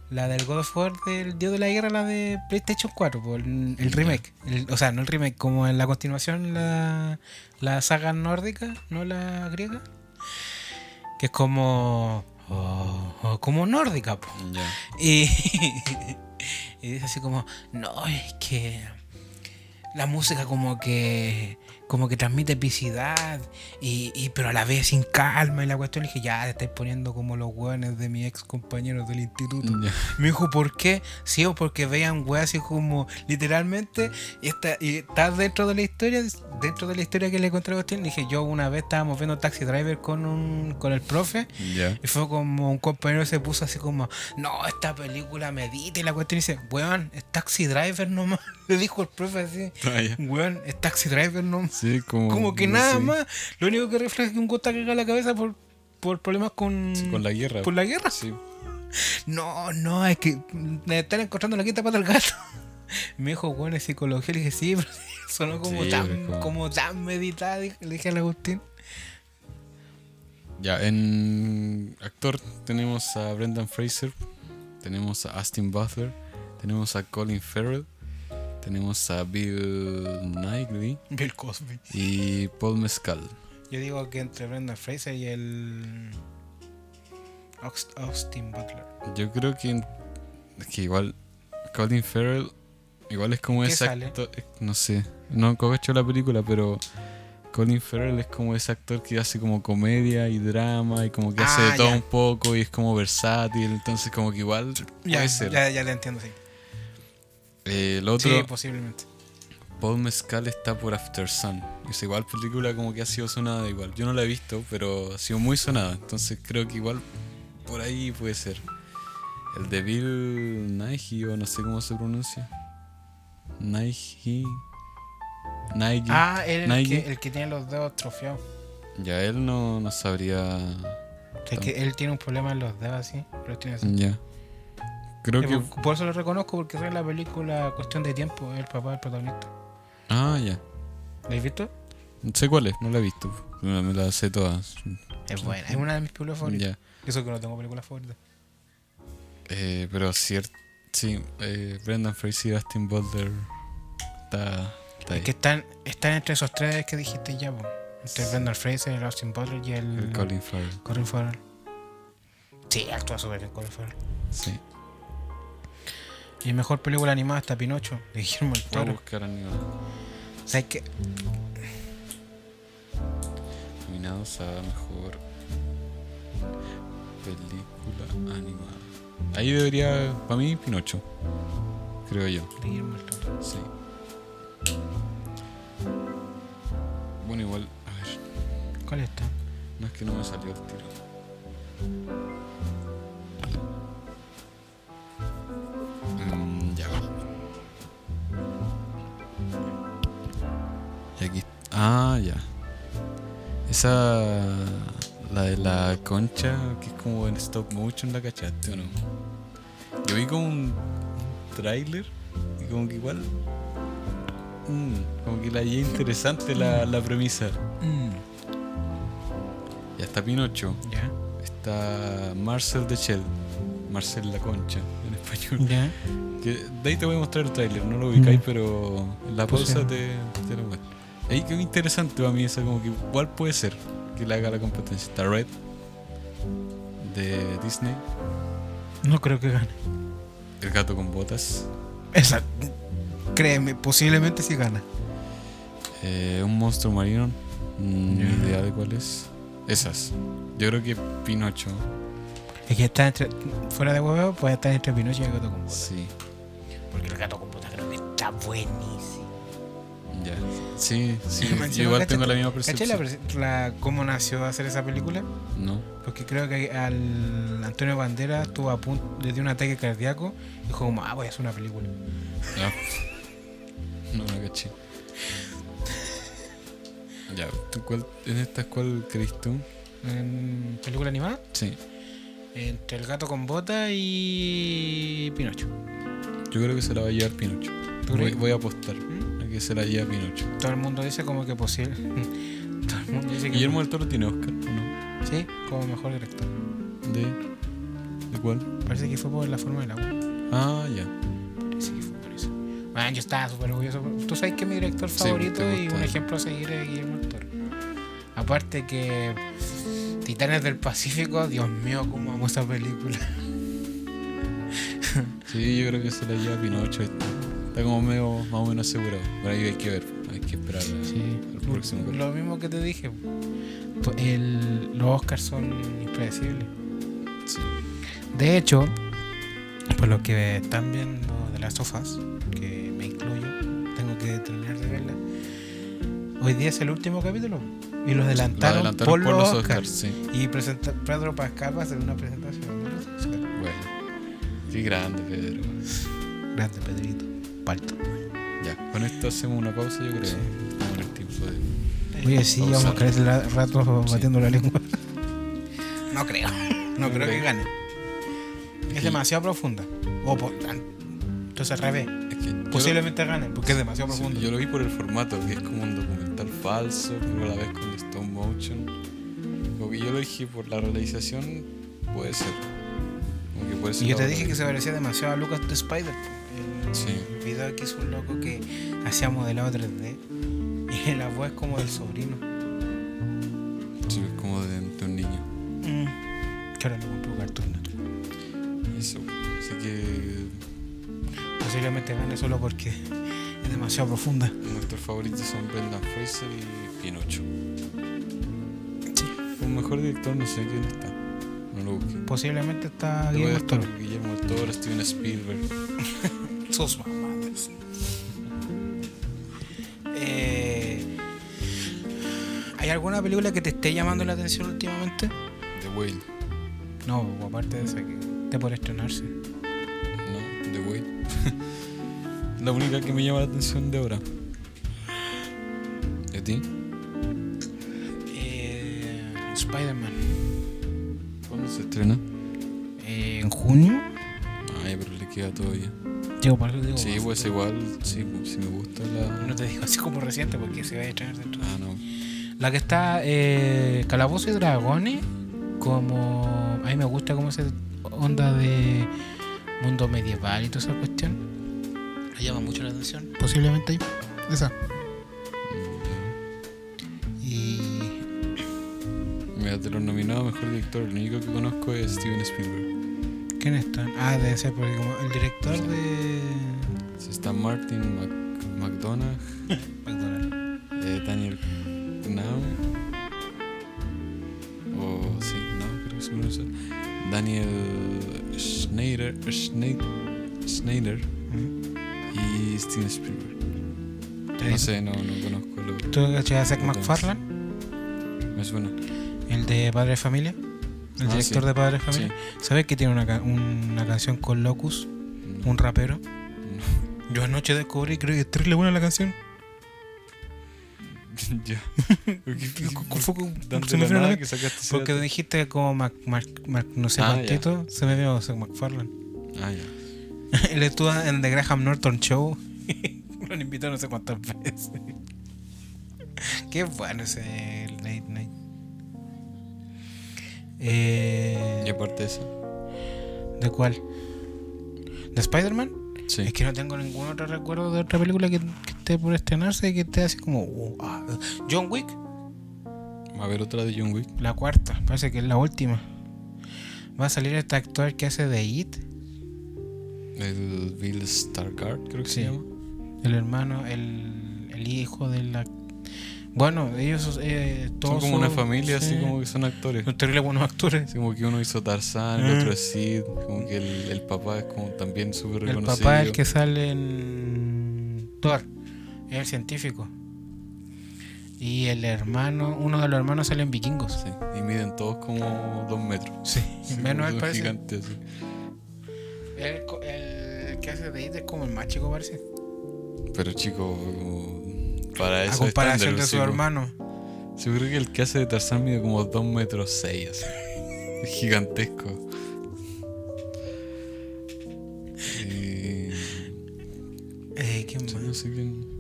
La del God of War del Dios de la Guerra, la de PlayStation 4, po, el, el remake. El- o sea, no el remake, como en la continuación, la, la saga nórdica, no la griega. Que es como. oh, oh, como nórdica, po. Ya. Y, y dice así como, no, es que la música como que como que transmite epicidad y, y- pero a la vez sin calma y la cuestión le dije ya te estáis poniendo como los hueones de mis ex compañeros del instituto Ya. me dijo ¿por qué? sí o porque vean weas así como literalmente y está, y está dentro de la historia dentro de la historia que le conté a la cuestión le dije yo una vez estábamos viendo Taxi Driver con un con el profe Ya. y fue como un compañero se puso así como, no, esta película medita y la cuestión y dice, weón, es taxi driver nomás. Le dijo el profe así, Ah, ya. weón, es taxi driver nomás. Sí, como. Como que Oh, no nada sé, más. Lo único que refleja es que un gota caga la cabeza por, por problemas con, sí, con la guerra. por la guerra. Sí. No, no, es que me están encontrando la quinta pata al gato. Me dijo, weón, es psicología. Le dije, sí, pero sonó como Sí, tan, pero como- como... tan meditada, dije- le dije al Agustín. Ya, en actor tenemos a Brendan Fraser, tenemos a Austin Butler, tenemos a Colin Farrell, tenemos a Bill Nighy Bill Cosby. y Paul Mescal. Yo digo que entre Brendan Fraser y el Aust- Austin Butler. Yo creo que, es que igual Colin Farrell igual es como ¿Qué ese sale? actor, eh, no sé, no hecho la película, pero Colin Farrell es como ese actor que hace como comedia y drama y como que hace Ah, de todo ya. un poco y es como versátil, entonces como que igual puede Ya, ser. Ah, ya, ya le entiendo, sí. Eh, el otro Sí, posiblemente. Paul Mezcal está por After Sun. Es igual película como que ha sido sonada igual. Yo no la he visto, pero ha sido muy sonada. Entonces creo que igual por ahí puede ser. El de Bill Nighy o no sé cómo se pronuncia. Nighy. Nighy. Ah, él el Nike. que, el que tiene los dedos atrofiados. Ya él no, no sabría. O sea, que él tiene un problema en los dedos así. Los tiene así. Ya. Creo Eh, que. por, por eso lo reconozco, porque sale en la película Cuestión de Tiempo, el papá del protagonista. Ah, ya. ¿La has visto? No sé cuál es, no la he visto. Me me la sé todas. Es buena, es una de mis películas favoritas. Ya. Eso que no tengo películas favoritas. Eh, pero cierto. Sí, eh, Brendan Fraser y Austin Butler. Está, está ahí. Que están, están entre esos tres que dijiste ya, po. Entre Sí. Brendan Fraser, el Austin Butler y el. El Colin Farrell. Colin Farrell. Sí, actúa súper bien Colin Farrell. Sí. Y mejor película animada está Pinocho, de Guillermo del Voy a Toro. buscar animal- O sea, es que nominados a mejor película animada. Ahí debería, para mí, Pinocho. Creo yo. de Guillermo del Toro. Sí. Bueno, igual, a ver. ¿Cuál está? No es que no me salió el tiro. Mm, ya va. Y aquí. Ah, ya. Esa. La de la concha, que es como en stop motion, ¿la cachaste o no? Yo vi como un tráiler y como que igual. mm, como que la hallé interesante la, la premisa. Mm. Ya está Pinocho. Ya. Está Marcel de Shell. Marcel la concha en español. Ya. Que de ahí te voy a mostrar el tráiler, no lo ubicáis, Ya. pero en la Mm. Pues pausa ya. te, te lo muestro. Ahí que interesante para mí esa como que igual puede ser que le haga la competencia. Está Red de Disney. No creo que gane. El gato con botas. Esa. Créeme, posiblemente sí gana. eh, un monstruo marino. Ni Ya. idea de cuál es. Esas. Yo creo que Pinocho. Es que está entre. Fuera de huevo, puede estar entre Pinocho y el gato con botas. Sí. Porque el gato con botas creo que está buenísimo. Ya. Sí, sí. Me encima, Igual ¿cachai? tengo la misma ¿Cachai percepción. la, pres- la- cómo nació hacer esa película? No. Porque creo que al Antonio Bandera estuvo a punto, le dio un ataque cardíaco y dijo como, ah, voy a hacer una película. Ah. No la caché. Ya, ¿tú cuál, ¿en estas cuál crees tú? En película animada, Sí. entre el gato con bota y Pinocho. Yo creo que se la va a llevar Pinocho. ¿Tú Voy, crees? voy a apostar ¿Mm? a que se la lleva Pinocho. Todo el mundo dice como que posible. Todo el mundo dice que Guillermo del Toro tiene Oscar, ¿o ¿no? sí, como mejor director. ¿De, ¿De cuál? Parece que fue por la forma del agua. Ah, ya. Parece que fue por eso. Man, yo estaba súper orgulloso. Tú sabes que mi director Sí, favorito te y gusta. un ejemplo a seguir es Guillermo del Toro. Aparte que Titanes del Pacífico, Dios mío, cómo amo esa película. Sí, yo creo que se la lleva Pinocho. esta. Está como medio, más o menos asegurado. Pero ahí hay que ver, hay que esperar a- Sí. al próximo. capítulo. Lo mismo que te dije. po. El- los Oscars son impredecibles. Sí. De hecho, por lo que están viendo de las sofas, que me incluyo, tengo que terminar de verla. Hoy día es el último capítulo y lo Lo adelantaron, adelantaron por, los Oscars. sí. Y presenta- Pedro Pascal va a hacer una presentación de los Oscars. Bueno. Qué grande, Pedro. Grande Pedrito, palto. Ya, con esto hacemos una pausa, yo creo. Estamos en el tiempo de. Oye, sí, Pausar. vamos a caer el rato Sí. batiendo la lengua. No creo, no creo que gane. Es Sí. demasiado profunda. O por, entonces al revés, Es que yo- posiblemente gane, porque es demasiado sí, profundo. yo lo vi por el formato, que es como un documental falso, pero a la vez con stop motion. Como que yo lo dije por la realización, puede ser. Como que puede ser Y yo la te dije que verdad. se parecía demasiado a Lucas the Spider. El Sí. video que hizo un loco que hacía modelado 3D. Y la voz es como del sobrino. Sí, es como de, de un niño. Mm. Que ahora lo compró Cartoon Network. Eso. Así que Posiblemente gane solo porque es demasiado profunda. nuestros favoritos son Brendan Fraser y Pinocho. Un mejor director, no sé quién está. No lo busqué. Posiblemente está Debe Guillermo de del estar Toro. Guillermo del Toro, Steven Spielberg. Sus mamadas. Eh, ¿Hay alguna película que te esté llamando la atención últimamente? The Whale. No, aparte de esa que te por estrenarse. No, The Whale. la única que me llama la atención de ahora. ¿De ti? Eh, Spider-Man. ¿Cuándo se estrena? Eh, en junio. Ay, pero le queda todavía. Digo, para eso digo. Sí, pues igual, sí, pues, si me gusta la. No te digo así como reciente porque se va a estrenar dentro. Ah, no. La que está eh, Calabozo y Dragones, como. A mí me gusta como esa onda de mundo medieval y toda esa cuestión. Me llama mucho la atención. Posiblemente ahí. Esa. Mm, Y. Mira, de los nominados a mejor director, el único que conozco es Steven Spielberg. ¿Quién está? Ah, debe ser porque como el director de. Sí, Está Martin Mac McDonagh, McDonald's. eh, Daniel Now. O sí, no, creo que se pronuncia. Daniel Schneider. Schneider. Schneider Ujú. y Steven Spielberg. No sé, no, no conozco lo ¿Tú cachas a Zack McFarlane? Me suena. El de Padre de Familia. El Ah, director sí. de Padre de Familia. ¿Sabes que tiene una, ca- una canción con Locus? No, Un rapero. no. Yo anoche descubrí, creo que es terrible buena la canción. ya. ¿Por qué- ¿Cu- por- cu- cu- tan de se me la vino a la nada mente? que sacaste ese Porque dato? dijiste como Mac, Mac- Mac- no sé Ah, cuántito, se me vio Zac McFarlane. Ah, ya. Él estuvo en The Graham Norton Show. Lo han invitado no sé cuántas veces. Qué bueno ese Late Night. Eh, Y aparte de esa. ¿De cuál? ¿De Spider-Man? Sí. Es que no tengo ningún otro recuerdo de otra película que, que esté por estrenarse y que esté así como. uh, ah, uh. John Wick, Va a haber otra de John Wick. la cuarta, parece que es la última. Va a salir este actor que hace de It, El Bill Stargard, creo que Sí. se llama. el hermano, el, el hijo de la. Bueno, ellos eh, Son todos. como una familia, así sí, como que son actores. Son terribles buenos actores. Así como que uno hizo Tarzán, el otro es Sid. Como que el, el papá es como también súper El reconocido. papá es el que sale en Thor, es el científico. Y el hermano, uno de los hermanos sale en Vikingos. Sí, y miden todos como dos metros. Sí, Así como menos él son parece. gigantes, así. El, co- el que hace de It es como el más chico, parece. Pero chico, como para eso. a comparación de estándares, su sí, como- hermano. sí, Yo creo que el que hace de Tarzán mide como dos metros seis, así. Es Gigantesco. Y- Eh, ¿Quién sí, no más? sé quién.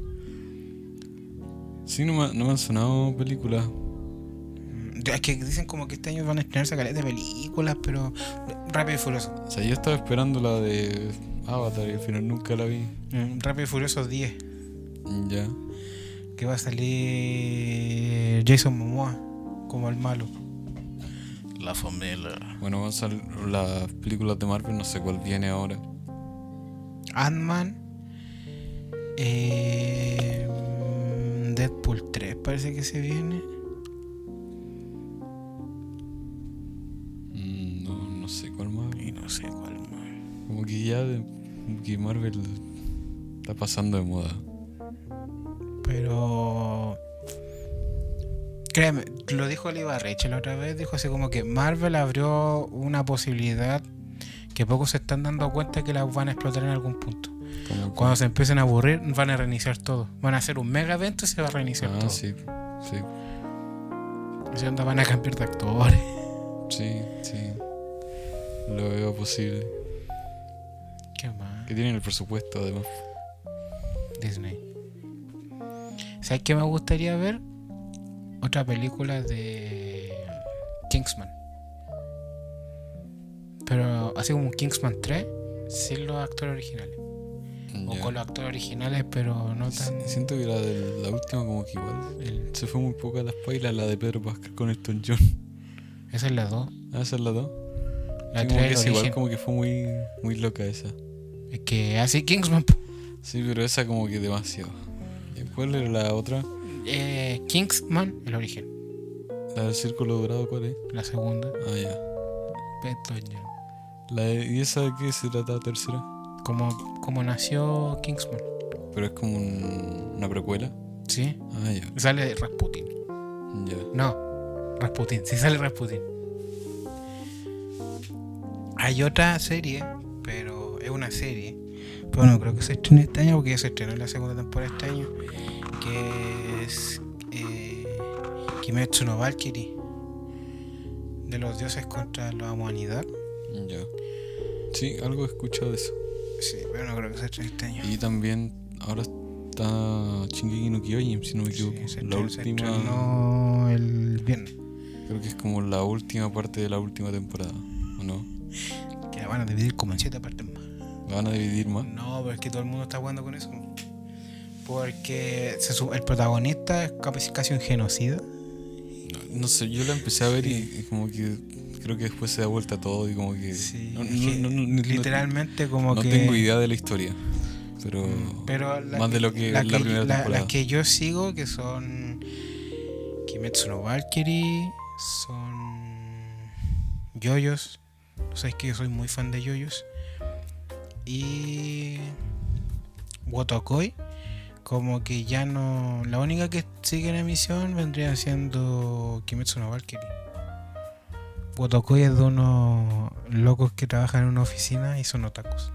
Sí, no me, no me han sonado películas. Mm, Es que dicen como que este año van a estrenarse caleta de películas, pero Rápido y Furioso. O sea, yo estaba esperando la de Avatar y al final nunca la vi. Mm, Rápido y Furioso 10, Ya. que va a salir Jason Momoa como el malo. La familia. Bueno, vamos a las películas de Marvel, no sé cuál viene ahora. Ant-Man Eh, Deadpool 3 parece que se viene. Mm, No, no sé cuál más. Y no sé cuál más. Como que ya de- como que Marvel está pasando de moda. Pero. Créeme, lo dijo Olivarreche la otra vez. Dijo así como que Marvel abrió una posibilidad que pocos se están dando cuenta que la van a explotar en algún punto. Como Cuando se empiecen a aburrir, van a reiniciar todo. Van a hacer un mega evento y se va a reiniciar Ah, todo. sí, sí, Y se onda, van a cambiar de actores. sí, sí. Lo veo posible. ¿Qué más? Que tienen el presupuesto además. Disney. ¿Sabes qué me gustaría ver? Otra película de Kingsman. Pero así como un Kingsman 3, sin los actores originales. O Ya. con los actores originales, pero no tan. Si- Siento que la, de, la última como que igual el- se fue muy poco a las pailas la de Pedro Pascal con Elton John. esa es la 2. Ah, esa es la 2. La 3 Sí, como que es es el igual origen. como que fue muy, muy loca esa. Es que así Kingsman. po. Sí, pero esa como que demasiado. ¿Y cuál era la otra? Eh, Kingsman, el origen. La del círculo dorado, ¿cuál es? La segunda. Ah, ya. Elton John. La de- ¿Y esa de qué se trata tercera? Como, como nació Kingsman. Pero es como un- una precuela. ¿Sí? Ah, ya. Sale Rasputin. Ya. No, Rasputin, sí sale Rasputin. Hay otra serie, pero es una serie. Pero no creo que se estrene este año porque ya se estrenó la segunda temporada este año. Que es eh, Kimetsu no Valkyrie. De los dioses contra la humanidad. Ya. Sí, algo he escuchado de eso. Sí, pero no creo que se estrene este año. Y también ahora está Shingeki no Kyojin, si no me Sí, equivoco. se la estrenó- se última. estrenó el viernes. Creo que es como la última parte de la última temporada. ¿O no? Que la van a dividir como en siete partes más. ¿La van a dividir más? No, pero es que todo el mundo está jugando con eso. Porque se su- el protagonista es casi, casi un genocida. No, no sé, yo la empecé a ver y, y como que creo que después se da vuelta todo y como que. no- no- es que no- no- no- literalmente No, como que... tengo idea de la historia. Pero. Pero la Mm, más que- de lo que la es la que- primera la- temporada. Las que yo sigo, que son Kimetsu no Valkyrie, son Yoyos. O sea, es que yo soy muy fan de Yoyos. Y Wotokoi. Como que ya no. La única que sigue en emisión vendría siendo Kimetsu no Valkyrie. Wotokoi es de unos locos que trabajan en una oficina y son otakus.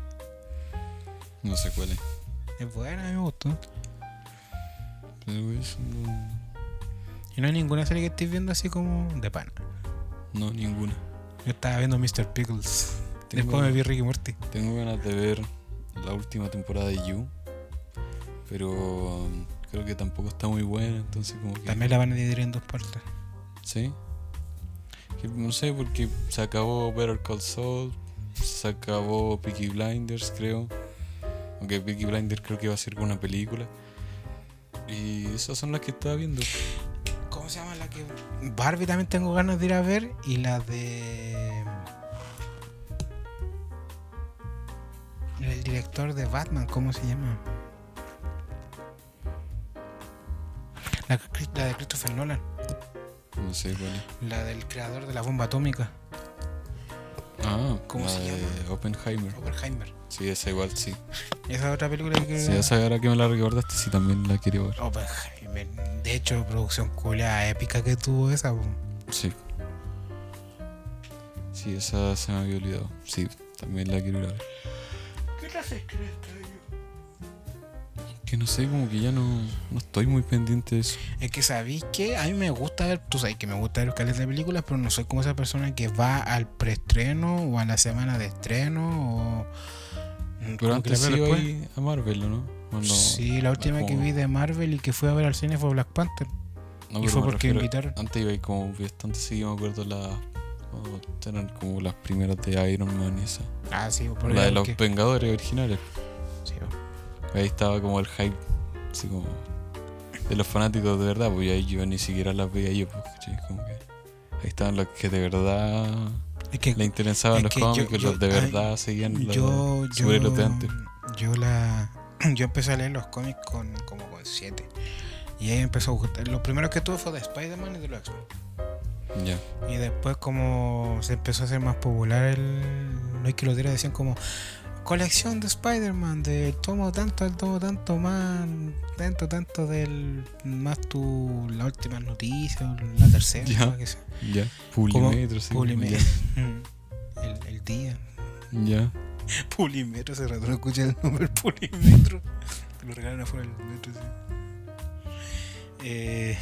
No sé cuál es. Es buena, a mí me gustó. Pero eso no- Y no hay ninguna serie que estés viendo así como de pana. no, ninguna. Yo estaba viendo Mr. Pickles. Tengo- Después me vi Ricky Morty. Tengo ganas de ver la última temporada de You, pero um, creo que tampoco está muy buena, entonces como que... También la van a dividir en dos partes. Sí. Que no sé, porque se acabó Better Call Saul, se acabó Peaky Blinders, creo. Aunque Peaky Blinders creo que va a ser como una película. Y esas son las que estaba viendo. ¿Cómo se llama la que.? Barbie también tengo ganas de ir a ver. Y la de. El director de Batman, ¿cómo se llama? La, que- la de Christopher Nolan. No sé cuál es. La del creador de la bomba atómica, Ah, ¿Cómo la se de llama? Oppenheimer. Oppenheimer. Sí, esa igual, sí. Esa es otra película que quiero Sí, esa ahora que me la recordaste, sí, también la quería ver. Oppenheimer. De hecho, producción culia épica que tuvo esa. po. Sí. Sí, esa se me había olvidado. Sí, también la quiero ir a ver. Que no sé, como que ya no, no estoy muy pendiente de eso. Es que sabéis que a mí me gusta ver, tú sabes que me gusta ver caleta de películas, pero no soy como esa persona que va al preestreno o a la semana de estreno o. como Pero que la antes veo iba después. ahí a Marvel, ¿o ¿no? Cuando- sí, la última que como- vi de Marvel y que fui a ver al cine fue Black Panther. No, y pero fue me porque refiero- invitaron. Antes iba ahí como bastante seguido, me acuerdo las... o eran como las primeras de Iron Man y esa. Ah, sí, porque. La de los porque- Vengadores originales. sí, Ahí estaba como el hype, así como de los fanáticos de verdad, pues y ahí yo ni siquiera las veía yo, pues, ¿cachai? Como que ahí estaban los que de verdad es que le interesaban Es los que yo- cómics, yo- los de ay, verdad seguían los yo, superhéroes de yo, antes. yo la, yo empecé a leer los cómics con como con 7. Y ahí empezó a gustar. Lo primero que tuve fue de Spider-Man y de los X-Men. Ya. Y después como se empezó a hacer más popular el... No hay que lo diera, decían como... Colección de Spider-Man, de tomo tanto, el tomo tanto más, tanto, tanto del más tu la última noticia, la tercera, Ya. ¿no? que sea. Ya. Como Pulimetro, sí. Pulimetro. El, el día. Ya. ya. Pulimetro, hace rato no escuché el nombre Pulimetro. Te lo regalan afuera del metro, sí. Eh,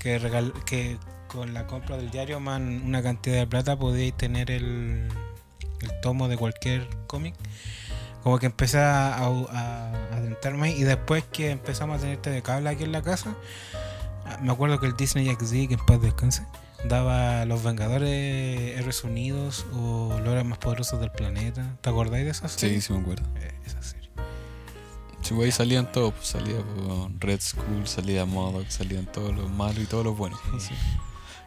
que, regal- que con la compra del diario más una cantidad de plata podíais tener el, el tomo de cualquier cómic. Como que empecé a, a, a adentrarme y después que empezamos a tener este de cable aquí en la casa, me acuerdo que el Disney XD, que en paz descanse, daba Los Vengadores Héroes Unidos o Los Héroes Más Poderosos del Planeta. ¿Te acordáis de esas Sí, sí me acuerdo. Eh, esa serie. Sí, pues ahí salían todos, pues, salía pues, Red Skull, salía Modoc, salían todos los malos y todos los buenos. así.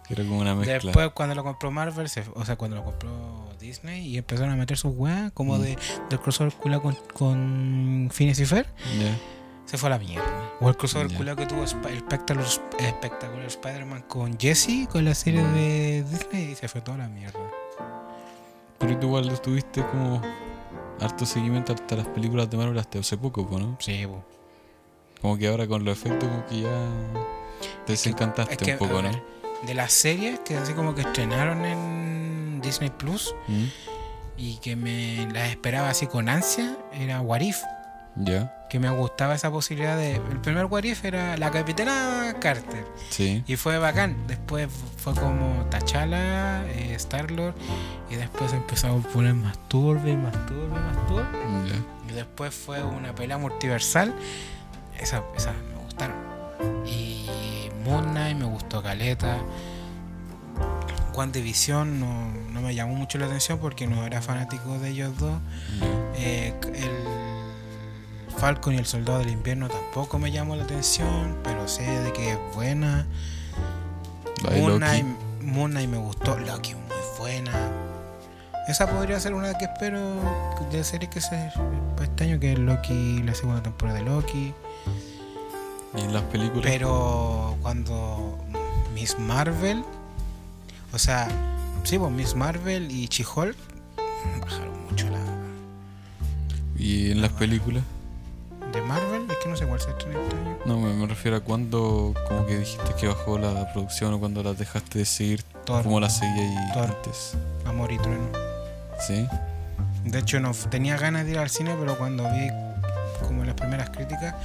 Era como una mezcla. Después cuando lo compró Marvel, se- o sea, cuando lo compró Disney y empezaron a meter sus weas como Mm. de, del crossover culo con, con Phineas y Fer, Ya. se fue a la mierda. O el crossover Ya. culo que tuvo Sp- el espectacular, espectacular Spider-Man con Jesse, con la serie Mm. de Disney y se fue toda la mierda. Pero tú igual estuviste como harto seguimiento hasta las películas de Marvel hasta hace poco, pues, ¿no? Sí, bo. Como que ahora con los efectos como que ya te desencantaste es que, un a poco, ¿no? ver, de las series que así como que estrenaron en Disney Plus ¿Mm? y que me las esperaba así con ansia era Warif Ya, que me gustaba esa posibilidad de el primer Warif era la Capitana Carter sí. y fue bacán después fue como T'Challa eh, Star Lord y después empezó a poner más turbio más turbio más turbio Ya. y después fue una pelea multiversal esas esas me gustaron y Moon Knight me gustó Caleta WandaVision no, no me llamó mucho la atención porque no era fanático de ellos dos ya. eh, el Falcon y el Soldado del Invierno tampoco me llamó la atención, pero sé de que es buena. La de Moon Loki. Knight, Moon Knight me gustó, Loki muy buena. Esa podría ser una que espero de serie que se para este año, que es Loki, la segunda temporada de Loki. Y en las películas. Pero cuando Miss Marvel, o sea, sí, pues Miss Marvel y Chihol bajaron mucho la Y en las películas. de Marvel, es que no sé cuál se estrena este año. No, me, me refiero a cuando como que dijiste que bajó la producción o cuando las dejaste de seguir, Thor. como las seguía ahí Thor. antes. Amor y trueno. ¿Sí? De hecho, no tenía ganas de ir al cine, pero cuando vi como las primeras críticas,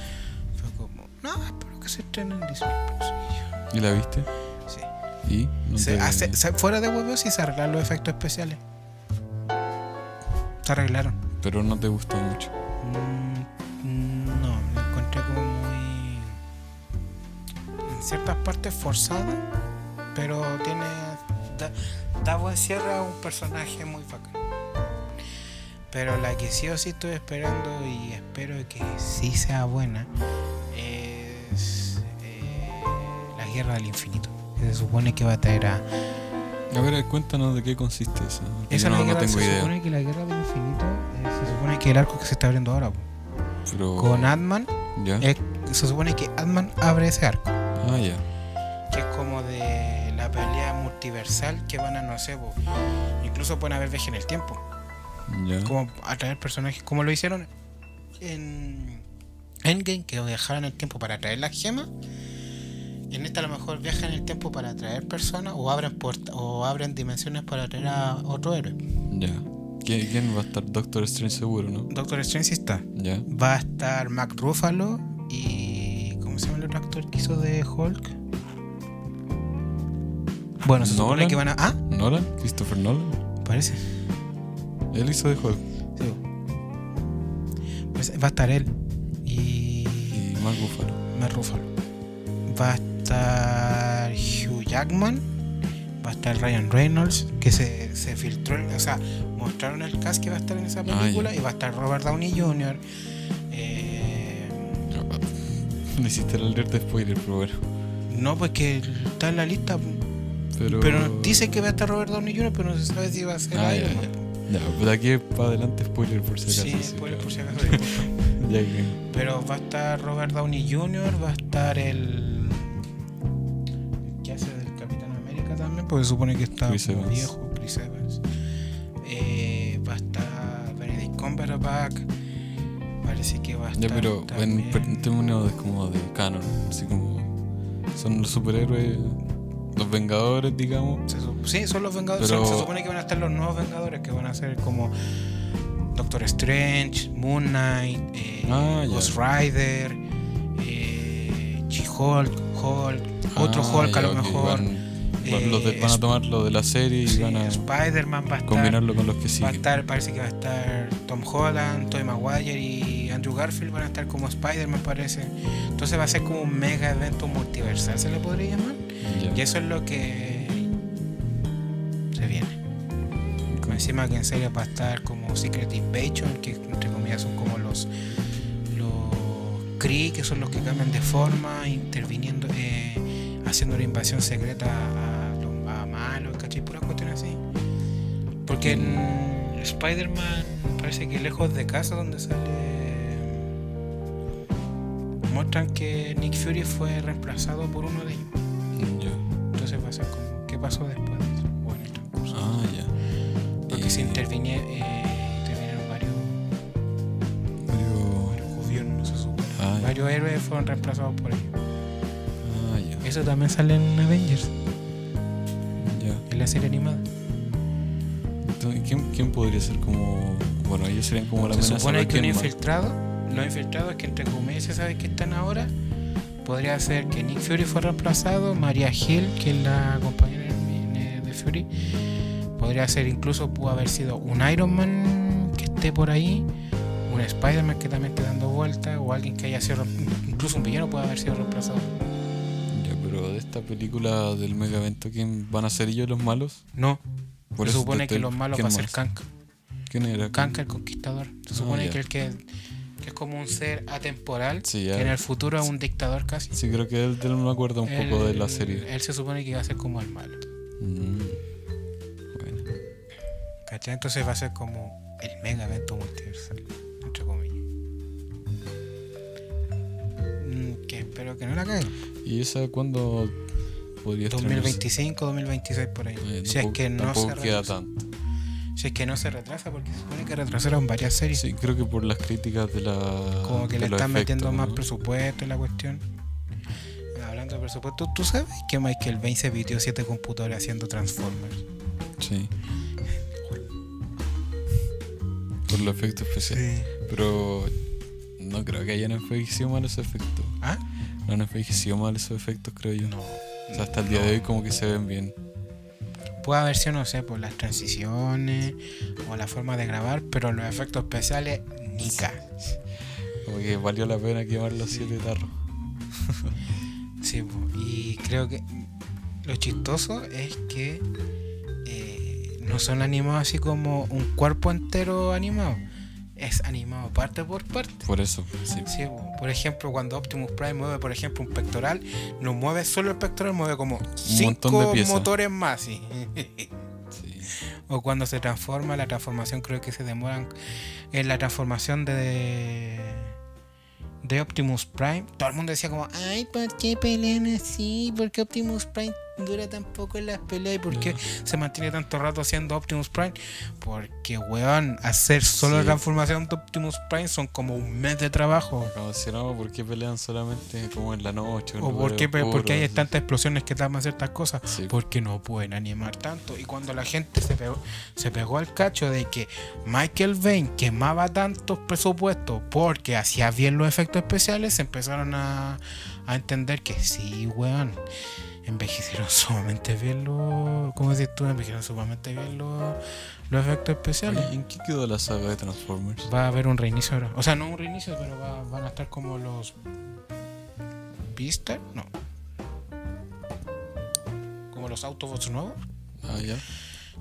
fue como, no, espero que se estrene en Disney Plus". ¿Y la viste? Sí. ¿Y? No Se te- hace- se- fuera de huevos y se arreglaron los efectos especiales. Se arreglaron. Pero no te gustó mucho. Mm, no, lo encontré como muy. En ciertas partes forzada, pero tiene. Da, da buen cierre a un personaje muy bacán. Pero la que sí o sí estoy esperando y espero que sí sea buena es. eh, la Guerra del Infinito. que se supone que va a traer a. Eh, A ver, cuéntanos de qué consiste esa. porque Esa yo es la no, no guerra- tengo se idea. supone que la Guerra del Infinito eh, se supone que el arco que se está abriendo ahora. po. Pero, Con Ant-Man ¿Ya? Eh, se supone que Ant-Man abre ese arco, Ah, ya. que es como de la pelea multiversal que van a, no sé, po, incluso pueden haber viaje en el tiempo, Ya. como atraer personajes, como lo hicieron en Endgame, que viajaron en el tiempo para atraer las gemas. En esta a lo mejor viajan en el tiempo para atraer personas o abren puerta- o abren dimensiones para atraer a otro héroe. Ya. ¿Qui- ¿Quién va a estar? Doctor Strange seguro, ¿no? Doctor Strange sí está. Ya. Va a estar Mac Ruffalo y. ¿Cómo se llama el otro actor que hizo de Hulk? Bueno, se supone Nolan. que van a. Ah, ¿Nolan? ¿Christopher Nolan? parece. Él hizo de Hulk. Sí. Pues va a estar él y. Y Mark Buffalo. Mac Ruffalo. Va a estar Hugh Jackman. Va a estar Ryan Reynolds, que se, se filtró, el- o sea, mostraron el cast que va a estar en esa Ah, ya. película y va a estar Robert Downey Jr. Eh, No hiciste la alerta de spoiler, pero bueno. No, pues que está en la lista. po. Pero, Pero dice que va a estar Robert Downey Jr., pero no se sabe si va a ser Ah, Iron ya, Man, ya. po. Ya, pues de aquí para adelante spoiler por si acaso. Sí, sí, spoiler ya. por si acaso. disculpa. Ya que. Pero va a estar Robert Downey Jr., va a estar el. el que hace del Capitán América también, porque se supone que está Chris como Evans. viejo, Chris Evans. Eh, va a estar Benedict Cumberbatch. Parece que va a Ya, estar. pero en también- per- términos de, como de canon, así como son los superhéroes, los Vengadores, digamos. se su- sí, son los Vengadores. Pero- son- se supone que van a estar los nuevos Vengadores, que van a ser como Doctor Strange, Moon Knight, eh, Ah, ya. Ghost Rider, eh, She-Hulk, Hulk, otro Ah, Hulk a ya, lo ok, mejor. van- van- Eh, los de- van a Sp- tomar lo de la serie y Sí, van a Spider-Man va a estar. combinarlo con los que va a siguen. estar, parece que va a estar Tom Holland, Tobey Maguire y Andrew Garfield van a estar como Spider-Man, parece. Entonces va a ser como un mega evento multiversal, se le podría llamar. Ya. Y eso es lo que se viene. Como Encima que en serio va a estar como Secret Invasion, que entre comillas son como los los Kree, que son los que cambian de forma, interviniendo, eh, haciendo una invasión secreta a, los a malos, ¿cachai? Puras cuestiones así. Porque en Spider-Man parece que lejos de casa donde sale muestran que Nick Fury fue reemplazado por uno de ellos. Ya. Entonces va a ser como, ¿qué pasó después? de eso? O en el transcurso. Ah, eh, ya. Porque Y- se intervinie, eh, intervinieron varios, pero- varios gobiernos, se supone. Ah, ya. Varios héroes fueron reemplazados por ellos. Ah, ya. Eso también sale en Avengers, ya. en la serie animada. Entonces, ¿quién, quién podría ser como. Bueno, ellos serían como la Se amenaza. supone pero que un ¿quién más? infiltrado, los infiltrados que entre comillas se sabe que están ahora, podría ser que Nick Fury fue reemplazado, María Hill, que es la compañera de de Fury, podría ser incluso, pudo haber sido un Iron Man que esté por ahí, un Spider-Man que también esté dando vuelta, o alguien que haya sido, reem- incluso un villano puede haber sido reemplazado. Ya, pero de esta película del mega evento, ¿quién van a ser ellos los malos? No, Por se eso supone te- que los malos ¿quién va a ser más? Kank, ¿Quién era? Kank el conquistador, se Ah, supone ya. que el que, que es como un ser atemporal, Sí, que ya. en el futuro es un dictador casi. Sí, creo que él, de él me acuerdo un poco de la Él- serie. Él se supone que va a ser como el malo. Mm. Bueno, ¿Cachai? Entonces va a ser como el mega evento multiversal, entre comillas. Mm, Que espero que no la caigan. ¿Y esa cuándo podría estar? 2025, 2026 por ahí. si, es que no se Eh, tampoco queda retrasa, tanto. si es que no se retrasa, porque se supone que retrasaron varias series. Sí, creo que por las críticas de la. como que de le los están metiendo efectos, más ¿no? presupuesto y la cuestión. Hablando de presupuesto, ¿tú sabes que Michael Bay se pidió 7 computadores haciendo Transformers? Sí. Por los efectos especiales. Pero no creo que hayan envejecido mal esos efectos. ¿Ah? No han envejecido mal esos efectos, creo yo. No. O sea, hasta el día de hoy como que se ven bien. Puede haber sido, no sé, por las transiciones o la forma de grabar, pero los efectos especiales, nica. Como que valió la pena quemar los siete tarros. Sí, po. y creo que lo chistoso es que eh, no son animados así como un cuerpo entero animado, es animado parte por parte. Por eso, pues, sí. Sí, po. por ejemplo, cuando Optimus Prime mueve, por ejemplo, un pectoral, no mueve solo el pectoral, mueve como montón cinco de piezas. motores más. sí. sí. O cuando se transforma, la transformación creo que se demoran. En la transformación de. de Optimus Prime, todo el mundo decía como, ay, ¿por qué pelean así? ¿Por qué Optimus Prime dura tan poco en las peleas? ¿Y por qué se mantiene tanto rato haciendo Optimus Prime? Porque, weón, hacer solo la Sí. transformación de Optimus Prime son como un mes de trabajo. Como si no, ¿por qué pelean solamente como en la noche? en O por lugares qué, pe- por qué oscuros? hay tantas explosiones que tapan ciertas cosas. Sí. Porque no pueden animar tanto. Y cuando la gente se pegó, se pegó al cacho de que Michael Bay quemaba tantos presupuestos porque hacía bien los efectos especiales, se empezaron a, a entender que sí, weón. Envejecieron sumamente bien los. ¿Cómo decís tú? Envejecieron sumamente bien los, los efectos especiales. Oye, ¿En qué quedó la saga de Transformers? Va a haber un reinicio ahora. O sea, no un reinicio, pero va- van a estar como los. ¿Vista? No. Como los Autobots nuevos. Ah, ya.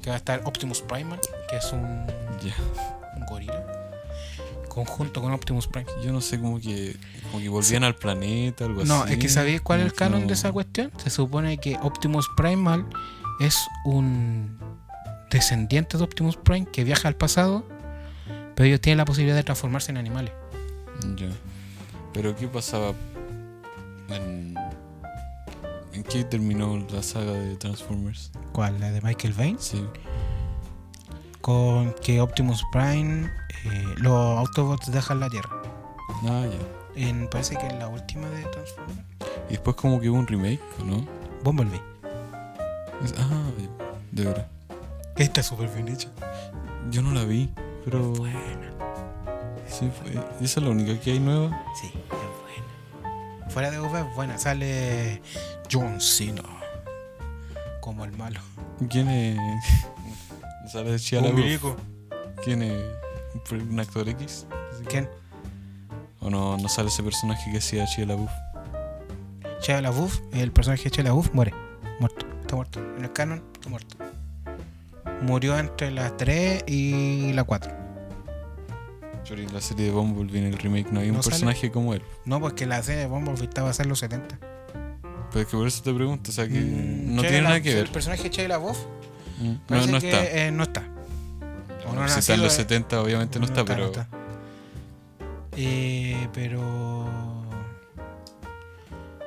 Que va a estar Optimus Primal, que es un, Ya. un gorila. Conjunto con Optimus Prime. Yo no sé, como que, como que volvían al planeta, algo así. No, es que ¿sabéis cuál es el Como que canon no- de esa cuestión? Se supone que Optimus Primal es un descendiente de Optimus Prime que viaja al pasado, pero ellos tienen la posibilidad de transformarse en animales. Ya. Pero ¿qué pasaba? ¿En, ¿en qué terminó la saga de Transformers? ¿Cuál? ¿La de Michael Vane? Sí. Con que Optimus Prime, eh, los Autobots dejan la Tierra. Ah, ya. En, parece que es la última de Transformers. Y después como que hubo un remake, ¿o ¿no? Bumblebee. Es- ah, ya. de verdad. Está súper bien hecha. Yo no la vi, pero... Sí, fue. Esa es la única que hay nueva. Sí, es buena. Fuera de UV es buena. Sale John Cena. Como el malo. ¿Quién es? Sale de Shia Un LaBeouf. milico. ¿Quién es? ¿Un actor X? ¿Quién? ¿O no, no sale ese personaje que hacía Shia LaBeouf? Shia LaBeouf, el personaje de Shia LaBeouf muere. Muerto. Está muerto. En el canon está muerto. Murió entre las 3 y la 4. Pero en la serie de Bumblebee, en el remake, no hay un ¿No sale? personaje como él. No, porque la serie de Bumblebee estaba a ser los 70. Pero es que por eso te pregunto, o sea que Mm, no Shia tiene La- nada que ver. El personaje de Shia LaBeouf Mm, No, parece no que está. eh, no está. o no si ha está en nacido, los eh. 70, obviamente Mm, no, está, pero. está. Eh, pero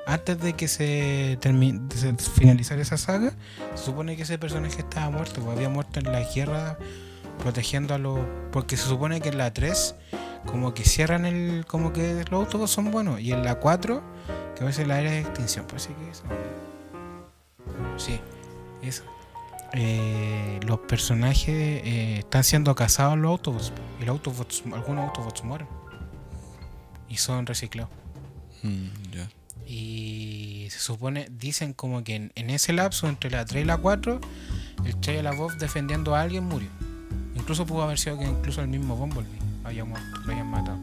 antes de que se, termi- de se finalizara esa saga, se supone que ese personaje estaba muerto, pues, había muerto en la guerra protegiendo a los... Porque se supone que en la 3 como que cierran el... como que los autobots son buenos, y en la 4 que va a ser la área de extinción, parece que eso. Sí, eso. Eh, los personajes eh, están siendo cazados los autobots. Y los autobots, algunos autobots mueren. Y son reciclados. Mm, ya. Y se supone, dicen como que en, en ese lapso, entre la 3 y la 4, el Che de la voz defendiendo a alguien murió. Incluso pudo haber sido que incluso el mismo Bumblebee haya muerto, lo hayan matado.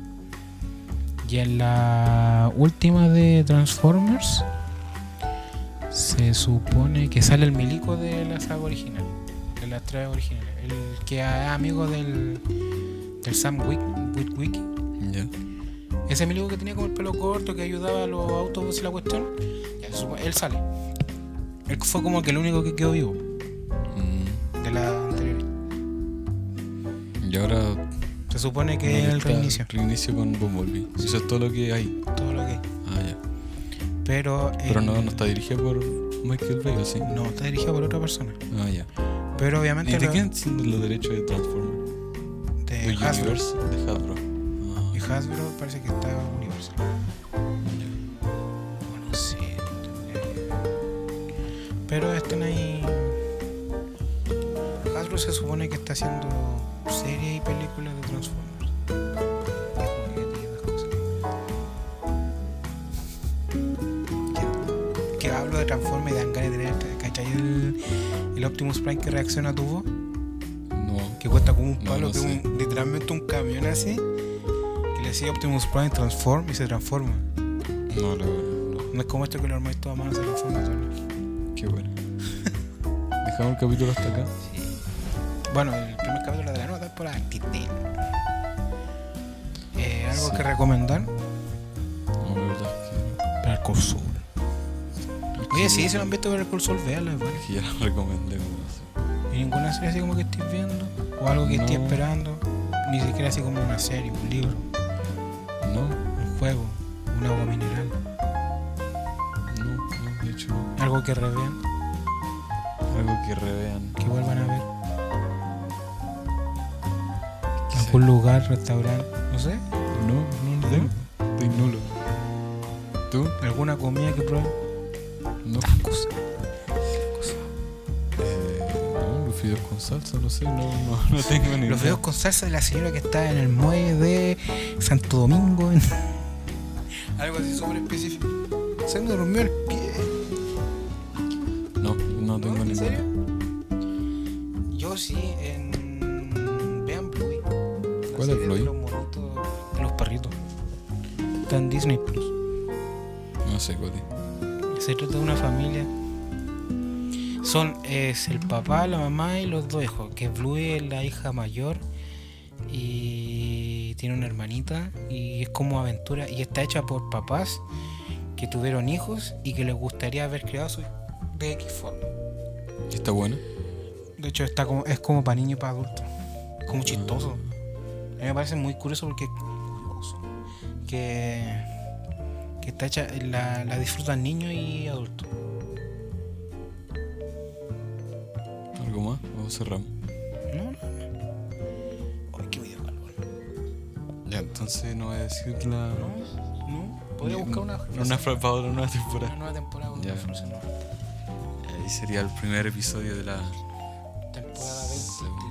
Y en la última de Transformers, se supone que sale el milico de la saga original, de las tres originales, el que es amigo del, del Sam Wick, Witwicky. Ya. Ese milico que tenía como el pelo corto, que ayudaba a los autobuses y la cuestión, ya, se supone- él sale. Él fue como que el único que quedó vivo Mm, de la anterior. Y ahora. Se supone no, que es el está reinicio, Reinicio con Bumblebee. Eso es todo lo que hay. todo lo que es. Ah, ya. Pero, Pero el- no, no está dirigido por Michael Bay, ¿o sí? no, está dirigido por otra persona. Ah, ya. Pero ¿Y obviamente de lo- quién Pues son los derechos de Transformers? de De Hasbro. Universe, de Hasbro. Ah, Y Hasbro parece que está Universal. Bueno, sí. eh. Pero están ahí. Hasbro se supone que está haciendo series y películas de Transformers. Y juguetes y esas cosas. Que- Que hablo de Transformers y dan ganas de tener, este, ¿cachai? El, el Optimus Prime que reacciona a tu voz, ya. No. que cuesta como un No, palo, no que sé. un- literalmente un camión así, que le sigue Optimus Prime Transform y se transforma. No, lo, no. No es como esto que lo armáis todo a mano, se transforma solo. Qué bueno. Dejamos el capítulo hasta acá. Bueno, el primer capítulo de la nota es por Antitel. Eh, ¿Algo Sí. que recomendar? No, la verdad es Percursor. que. Oye, sí, si lo han visto por el cursor, véanlo, es bueno. Que ya lo recomendé. no sé. Y ninguna serie así como que estés viendo, o algo que estés No. esperando, ni siquiera así como una serie, un libro, No, un juego, un agua mineral, no, no, de hecho, no. algo que revean, algo que revean. que vuelvan a ver. Sí. Algún lugar, restaurante, no sé, No, no lo tengo. Estoy nulo. ¿Tú? alguna comida que prueben. No. Tacos. Eh, no, los fideos con salsa, no sé, no, no, no tengo ni Los idea. videos con salsa de la señora que está en el muelle de Santo Domingo. en- Algo así sobre específico. Se me durmió el pie. No, no tengo ni ¿En serio? idea. Yo sí en. Vean Bluey. La ¿Cuál serie es de Bluey? Los monitos, de los perritos. Está en Disney Plus. No sé, Coti. Se trata de una familia. Son es el papá, la mamá y los dos hijos. Que Bluey es la hija mayor y tiene una hermanita y es como aventura y está hecha por papás que tuvieron hijos y que les gustaría haber creado su de X forma. ¿Está buena? De hecho está como es como para niños y para Mm. adultos. Es como chistoso. A mí me parece muy curioso porque que, que está hecha, la, la disfrutan niños y adultos. ¿Algo más? ¿O cerramos? No, no. Ay, qué video calor. Ya, entonces no voy a decir la. No, no. Podría buscar una Una fra- para una nueva una temporada. nueva temporada con Ya. una frase nueva. Ahí sería el primer episodio de la Temporada 20. segunda.